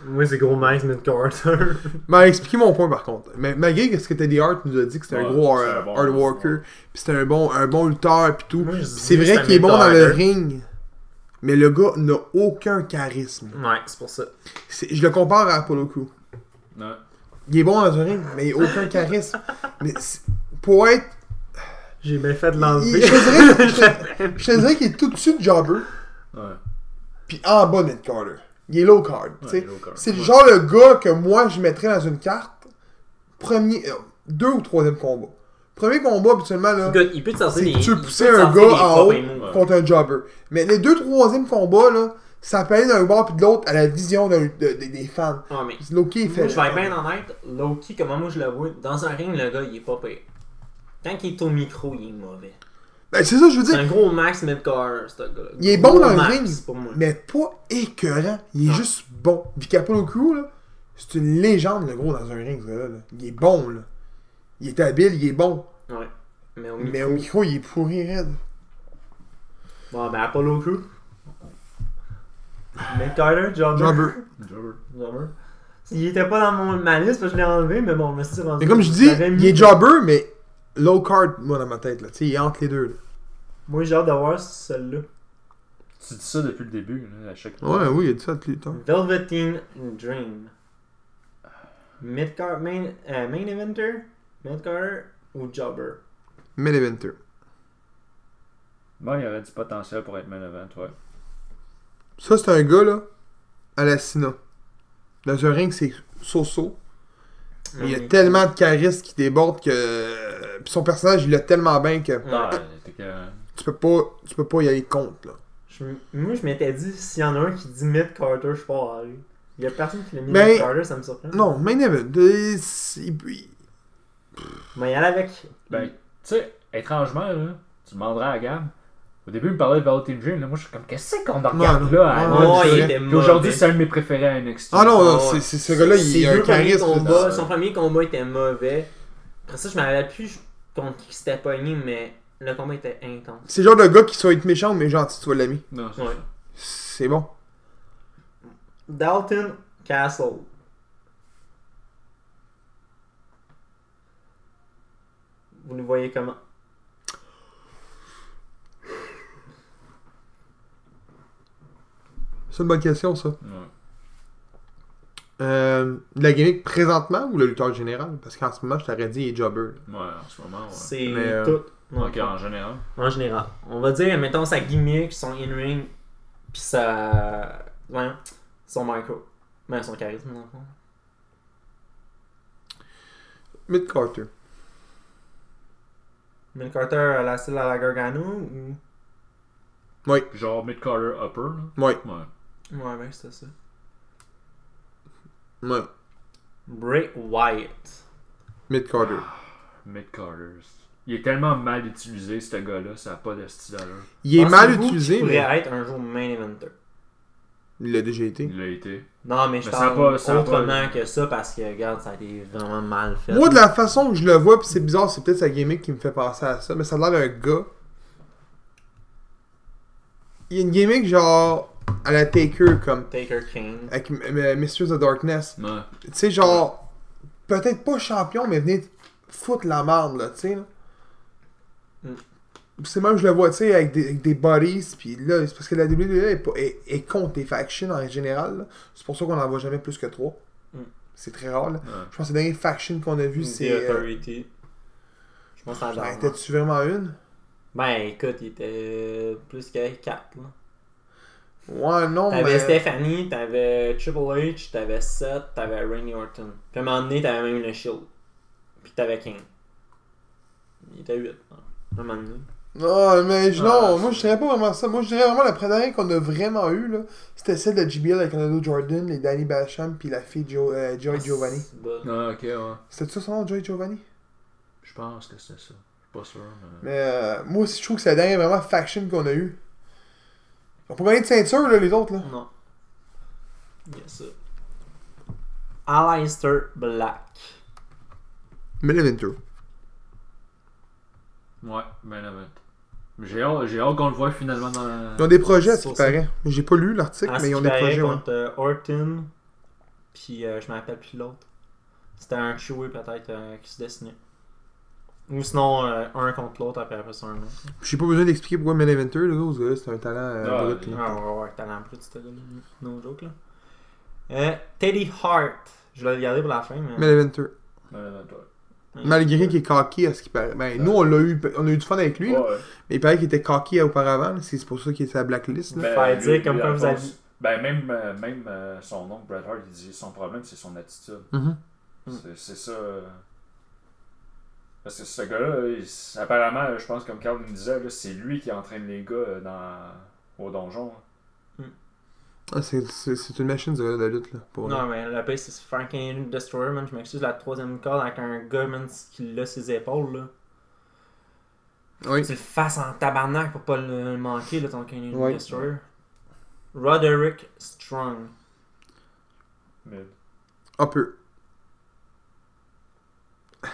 [SPEAKER 2] Moi, c'est gros Max Matt Carter. <laughs>
[SPEAKER 1] M'a expliqué mon point par contre. Mais malgré que ce que Teddy Hart nous a dit que c'était un
[SPEAKER 4] Ouais,
[SPEAKER 1] gros
[SPEAKER 4] c'est
[SPEAKER 1] euh,
[SPEAKER 4] un bon
[SPEAKER 1] hard
[SPEAKER 4] lutteur.
[SPEAKER 1] worker, puis c'était un bon, un bon lutteur puis tout.
[SPEAKER 2] Moi, je
[SPEAKER 1] Puis
[SPEAKER 2] dis
[SPEAKER 1] c'est
[SPEAKER 2] que
[SPEAKER 1] vrai
[SPEAKER 2] c'est
[SPEAKER 1] qu'il est
[SPEAKER 2] un
[SPEAKER 1] bon dans le
[SPEAKER 2] lutteur.
[SPEAKER 1] ring, mais le gars n'a aucun charisme.
[SPEAKER 2] ouais, c'est pour ça.
[SPEAKER 1] C'est- je le compare à Apollo Crew.
[SPEAKER 4] Ouais.
[SPEAKER 1] Il est bon dans le ring, mais il n'a aucun charisme. mais c'est- pour être,
[SPEAKER 2] J'ai bien fait de
[SPEAKER 1] il-
[SPEAKER 2] l'enlever.
[SPEAKER 1] je
[SPEAKER 2] <laughs>
[SPEAKER 1] te dirais, je te dirais qu'il est tout dessus de Jobber,
[SPEAKER 4] Ouais.
[SPEAKER 1] puis en bas de Ned Carter. Il est low card. tu sais.
[SPEAKER 4] Ouais, low card.
[SPEAKER 1] c'est le genre le gars que moi je mettrais dans une carte premier, euh, deux ou troisième combat. Premier combat habituellement là.
[SPEAKER 2] Écoute, il peut te sortir
[SPEAKER 1] C'est
[SPEAKER 2] des.
[SPEAKER 1] que tu
[SPEAKER 2] il peut
[SPEAKER 1] poussais
[SPEAKER 2] te
[SPEAKER 1] un
[SPEAKER 2] sortir
[SPEAKER 1] gars
[SPEAKER 2] des
[SPEAKER 1] en
[SPEAKER 2] pop
[SPEAKER 1] haut.
[SPEAKER 2] et moves.
[SPEAKER 4] Ouais.
[SPEAKER 1] contre un jobber. Mais les deux troisièmes combats, là, ça peut aller d'un bord puis de l'autre à la vision d'un- de- de- des fans.
[SPEAKER 2] Ah, mais.
[SPEAKER 1] Loki, il
[SPEAKER 2] Moi,
[SPEAKER 1] fait.
[SPEAKER 2] je vais être bien honnête, Loki, comment moi je le vois, dans un ring, le gars, il est pas pire. Quand il est au micro, il est mauvais.
[SPEAKER 1] Ben, c'est ça, je veux
[SPEAKER 2] C'est
[SPEAKER 1] dire.
[SPEAKER 2] un gros Max Midgar, ce gars-là.
[SPEAKER 1] Il est
[SPEAKER 2] Gros
[SPEAKER 1] bon dans le
[SPEAKER 2] Max,
[SPEAKER 1] ring,
[SPEAKER 2] pour moi.
[SPEAKER 1] mais pas écœurant. Il est
[SPEAKER 2] Non.
[SPEAKER 1] juste bon. Puis Capolo Crew, là, c'est une légende, le gros, dans un ring, ce gars-là. là. Il est bon, là. Il est habile, il est bon.
[SPEAKER 2] Ouais. Mais au micro.
[SPEAKER 1] Mais au micro, il est pourri, raide.
[SPEAKER 2] Bon, ben Apollo Crew. Mid Carter, Jobber.
[SPEAKER 1] Jobber.
[SPEAKER 4] Jobber.
[SPEAKER 2] Jobber. Il était pas dans mon ma liste, parce que je l'ai enlevé, mais bon, je me suis rendu.
[SPEAKER 1] Mais comme je dis,
[SPEAKER 2] l'avais mis.
[SPEAKER 1] il est jobber, mais low card, moi, dans ma tête, là. Tu sais, il est entre les deux,
[SPEAKER 2] Moi, j'ai hâte d'avoir celle-là.
[SPEAKER 4] Tu dis ça depuis le début là, à chaque.
[SPEAKER 1] là. oui, il a dit ça tout le temps.
[SPEAKER 2] Velveteen Dream. Mid Car- main, euh, main Eventer, Mid Carter ou Jobber.
[SPEAKER 1] Main eventer.
[SPEAKER 4] Moi, il y aurait du potentiel pour être main event, ouais.
[SPEAKER 1] Ça, c'est un gars, là, à la Sina. Dans un ring, c'est so-so. Mais il a
[SPEAKER 2] Oui.
[SPEAKER 1] tellement de charisme qui déborde que. Puis son personnage, il l'a tellement bien que
[SPEAKER 2] Ouais.
[SPEAKER 4] Ah, t'es que-
[SPEAKER 1] tu peux pas, tu peux pas y aller contre, là.
[SPEAKER 2] Je- moi, je m'étais dit, s'il y en a un qui dit Mid Carter, je pars à lui. Il y a personne qui l'a mis
[SPEAKER 1] Mais-
[SPEAKER 2] Mid Carter, ça me surprend.
[SPEAKER 1] Ben, Non, main event. euh, c'est- il-
[SPEAKER 2] Mais il y en a avec.
[SPEAKER 4] Ben, tu sais, étrangement, là, tu demanderas à Gab,
[SPEAKER 3] Au début, il me parlait de Valentine Jane, là, moi je suis comme, qu'est-ce que c'est qu'on en
[SPEAKER 1] Ouais,
[SPEAKER 3] regarde
[SPEAKER 1] non.
[SPEAKER 3] là à
[SPEAKER 5] Ah,
[SPEAKER 1] Ouais,
[SPEAKER 3] NXT?
[SPEAKER 1] ouais,
[SPEAKER 2] Oh,
[SPEAKER 1] c'est
[SPEAKER 2] il
[SPEAKER 1] vrai.
[SPEAKER 2] était
[SPEAKER 3] Puis
[SPEAKER 2] mauvais.
[SPEAKER 3] aujourd'hui, c'est un de mes préférés à NXT.
[SPEAKER 1] Ah non, non,
[SPEAKER 2] Ah ouais.
[SPEAKER 1] c'est c'est- ce gars-là, il
[SPEAKER 2] Ses
[SPEAKER 1] a un
[SPEAKER 2] deux premiers
[SPEAKER 1] charisme.
[SPEAKER 2] combats,
[SPEAKER 1] là.
[SPEAKER 2] son premier combat était mauvais. Après ça, je me rappelle plus contre qui c'était pogné, mais le combat était intense.
[SPEAKER 1] C'est le genre de gars qui soit être méchant, mais gentil, tu vois l'ami.
[SPEAKER 4] Non, c'est
[SPEAKER 2] Ouais.
[SPEAKER 4] ça.
[SPEAKER 1] C'est bon.
[SPEAKER 2] Dalton Castle. Vous le voyez comment
[SPEAKER 1] C'est une bonne question, ça.
[SPEAKER 4] Ouais.
[SPEAKER 1] Euh, la gimmick présentement ou le lutteur général Parce qu'en ce moment, je t'aurais dit, il est jobber.
[SPEAKER 4] Ouais, en ce moment, ouais.
[SPEAKER 2] C'est
[SPEAKER 1] Mais, euh,
[SPEAKER 2] tout. Non,
[SPEAKER 4] Ok, en général.
[SPEAKER 2] En général. On va dire, mettons, sa gimmick, son in-ring, pis sa. Ouais, son micro. Ben, son charisme, dans le fond.
[SPEAKER 1] Mid Carter.
[SPEAKER 2] Mill Carter à la style à la Gargano ou.
[SPEAKER 4] Genre mid-carter upper, là.
[SPEAKER 1] Ouais,
[SPEAKER 4] Ouais.
[SPEAKER 2] Ouais, ben, c'était ça.
[SPEAKER 1] ouais.
[SPEAKER 2] Bray Wyatt.
[SPEAKER 1] Mid Carter.
[SPEAKER 4] Mid-carters. Il est tellement mal utilisé, ce gars-là, ça a pas de style d'allure.
[SPEAKER 1] Il est mal
[SPEAKER 2] Pensez-vous
[SPEAKER 1] utilisé,
[SPEAKER 2] qu'il
[SPEAKER 1] mais
[SPEAKER 2] pourrait être un jour main eventer.
[SPEAKER 1] il l'a déjà été.
[SPEAKER 4] Il l'a été.
[SPEAKER 2] Non, mais je
[SPEAKER 4] Mais Ben, ça a
[SPEAKER 2] parle
[SPEAKER 4] pas- ça a pas-
[SPEAKER 2] autrement que ça parce que, regarde, ça a été vraiment mal fait.
[SPEAKER 1] Moi, de la façon que je le vois, puis c'est bizarre, c'est peut-être sa gimmick qui me fait penser à ça, mais ça a l'air d'un gars. Il y a une gimmick genre à la Taker, comme
[SPEAKER 2] Taker Kane.
[SPEAKER 1] avec euh, Mistress of Darkness.
[SPEAKER 4] Ouais.
[SPEAKER 1] Tu sais, genre, peut-être pas champion, mais venez foutre la merde, là, tu sais. là.
[SPEAKER 2] Mm.
[SPEAKER 1] C'est même, je le vois, tu sais, avec des, avec des bodies, puis là, c'est parce que la WWE est, pas- est- est contre les factions en général. là. C'est pour ça qu'on en voit jamais plus que trois.
[SPEAKER 2] Mm.
[SPEAKER 1] C'est très rare, là.
[SPEAKER 4] Ouais.
[SPEAKER 1] Je pense que la dernière faction qu'on a vue, c'est. euh,
[SPEAKER 2] The Authority. Je pense que c'est la
[SPEAKER 1] Ben,
[SPEAKER 2] dernière.
[SPEAKER 1] T'as-tu vraiment une
[SPEAKER 2] Ben, écoute, il était plus que 4, là.
[SPEAKER 1] Ouais, non,
[SPEAKER 2] T'avais
[SPEAKER 1] mais.
[SPEAKER 2] Stephanie, t'avais Triple H, t'avais Seth, t'avais Randy Orton. Puis à un moment donné, t'avais même le Shield. Puis t'avais Kane. Il était 8. À un moment donné.
[SPEAKER 1] Non, mais je- non,
[SPEAKER 2] Ah,
[SPEAKER 1] moi je dirais pas vraiment ça. Moi je dirais vraiment la dernière qu'on a vraiment eu là, c'était celle de JBL avec Ronaldo Jordan, les Danny Basham, puis la fille jo euh, Joy Giovanni.
[SPEAKER 2] Ah, C'est bon.
[SPEAKER 4] Ouais, ok, ouais.
[SPEAKER 1] C'était ça son nom, Joy Giovanni
[SPEAKER 4] Je pense que c'était ça. Je suis pas sûr, mais.
[SPEAKER 1] Mais euh, moi aussi, je trouve que c'est la dernière vraiment faction qu'on a eu. On peut gagner de ceinture, là, les autres, là.
[SPEAKER 2] Non. Il y a ça. Aleister Black.
[SPEAKER 1] Millimeter.
[SPEAKER 4] Ouais, ben la vente. J'ai hâte, j'ai hâte qu'on le voit finalement dans la.
[SPEAKER 1] Ils ont des projets, à ce
[SPEAKER 2] C'est
[SPEAKER 1] qui
[SPEAKER 2] pour ça.
[SPEAKER 1] paraît. J'ai pas lu l'article,
[SPEAKER 2] Ah,
[SPEAKER 1] mais
[SPEAKER 2] c'est
[SPEAKER 1] ils ont
[SPEAKER 2] qui
[SPEAKER 1] des
[SPEAKER 2] paraît
[SPEAKER 1] projets, ouais.
[SPEAKER 2] contre euh, Orton. Puis euh, je me rappelle plus l'autre. C'était un Chewie peut-être euh, qui se dessinait. Ou sinon, euh, un contre l'autre après, après ça, un autre.
[SPEAKER 1] J'ai pas besoin d'expliquer pourquoi Millimeter, les autres, là, c'est un talent. euh,
[SPEAKER 4] Ah,
[SPEAKER 1] brut, là.
[SPEAKER 2] Ah, ouais, ouais, ouais, talent brut, c'était là, no joke, là. Euh, Teddy Hart. Je l'ai regardé pour la fin, mais.
[SPEAKER 1] Millimeter.
[SPEAKER 4] Ben la vente, ouais.
[SPEAKER 1] Malgré qu'il est coqué à ce qui paraît. Ben, nous, on l'a eu, on a eu du fun avec lui, là.
[SPEAKER 4] Ouais.
[SPEAKER 1] Mais il paraît qu'il était coqué auparavant, là. c'est pour ça qu'il était à la blacklist. là.
[SPEAKER 2] Ben, Faire dire comme
[SPEAKER 4] lui,
[SPEAKER 2] quoi
[SPEAKER 4] à
[SPEAKER 2] vous
[SPEAKER 4] cause-
[SPEAKER 2] avez-
[SPEAKER 4] Ben, même, euh, même euh, son nom, Bret Hart, il dit son problème, c'est son attitude.
[SPEAKER 1] Mhm.
[SPEAKER 2] Mm.
[SPEAKER 4] C'est- C'est ça. euh, Parce que ce gars-là, il s- apparemment, euh, je pense, comme Carl nous disait, là, c'est lui qui entraîne les gars euh, dans... au donjon. hein.
[SPEAKER 1] Ah, c'est- c'est c'est une machine de, de lutte, là. Pour
[SPEAKER 2] Non, mais la paix, c'est Franklin Destroyer, man. Je m'excuse, la troisième corde avec un gars, man, qui l'a ses épaules, là.
[SPEAKER 1] Oui.
[SPEAKER 2] Tu le fasses en tabarnak pour pas le manquer, là, ton Canadian
[SPEAKER 1] Ouais.
[SPEAKER 2] Destroyer. Roderick Strong.
[SPEAKER 4] Mais...
[SPEAKER 1] Un peu. <laughs>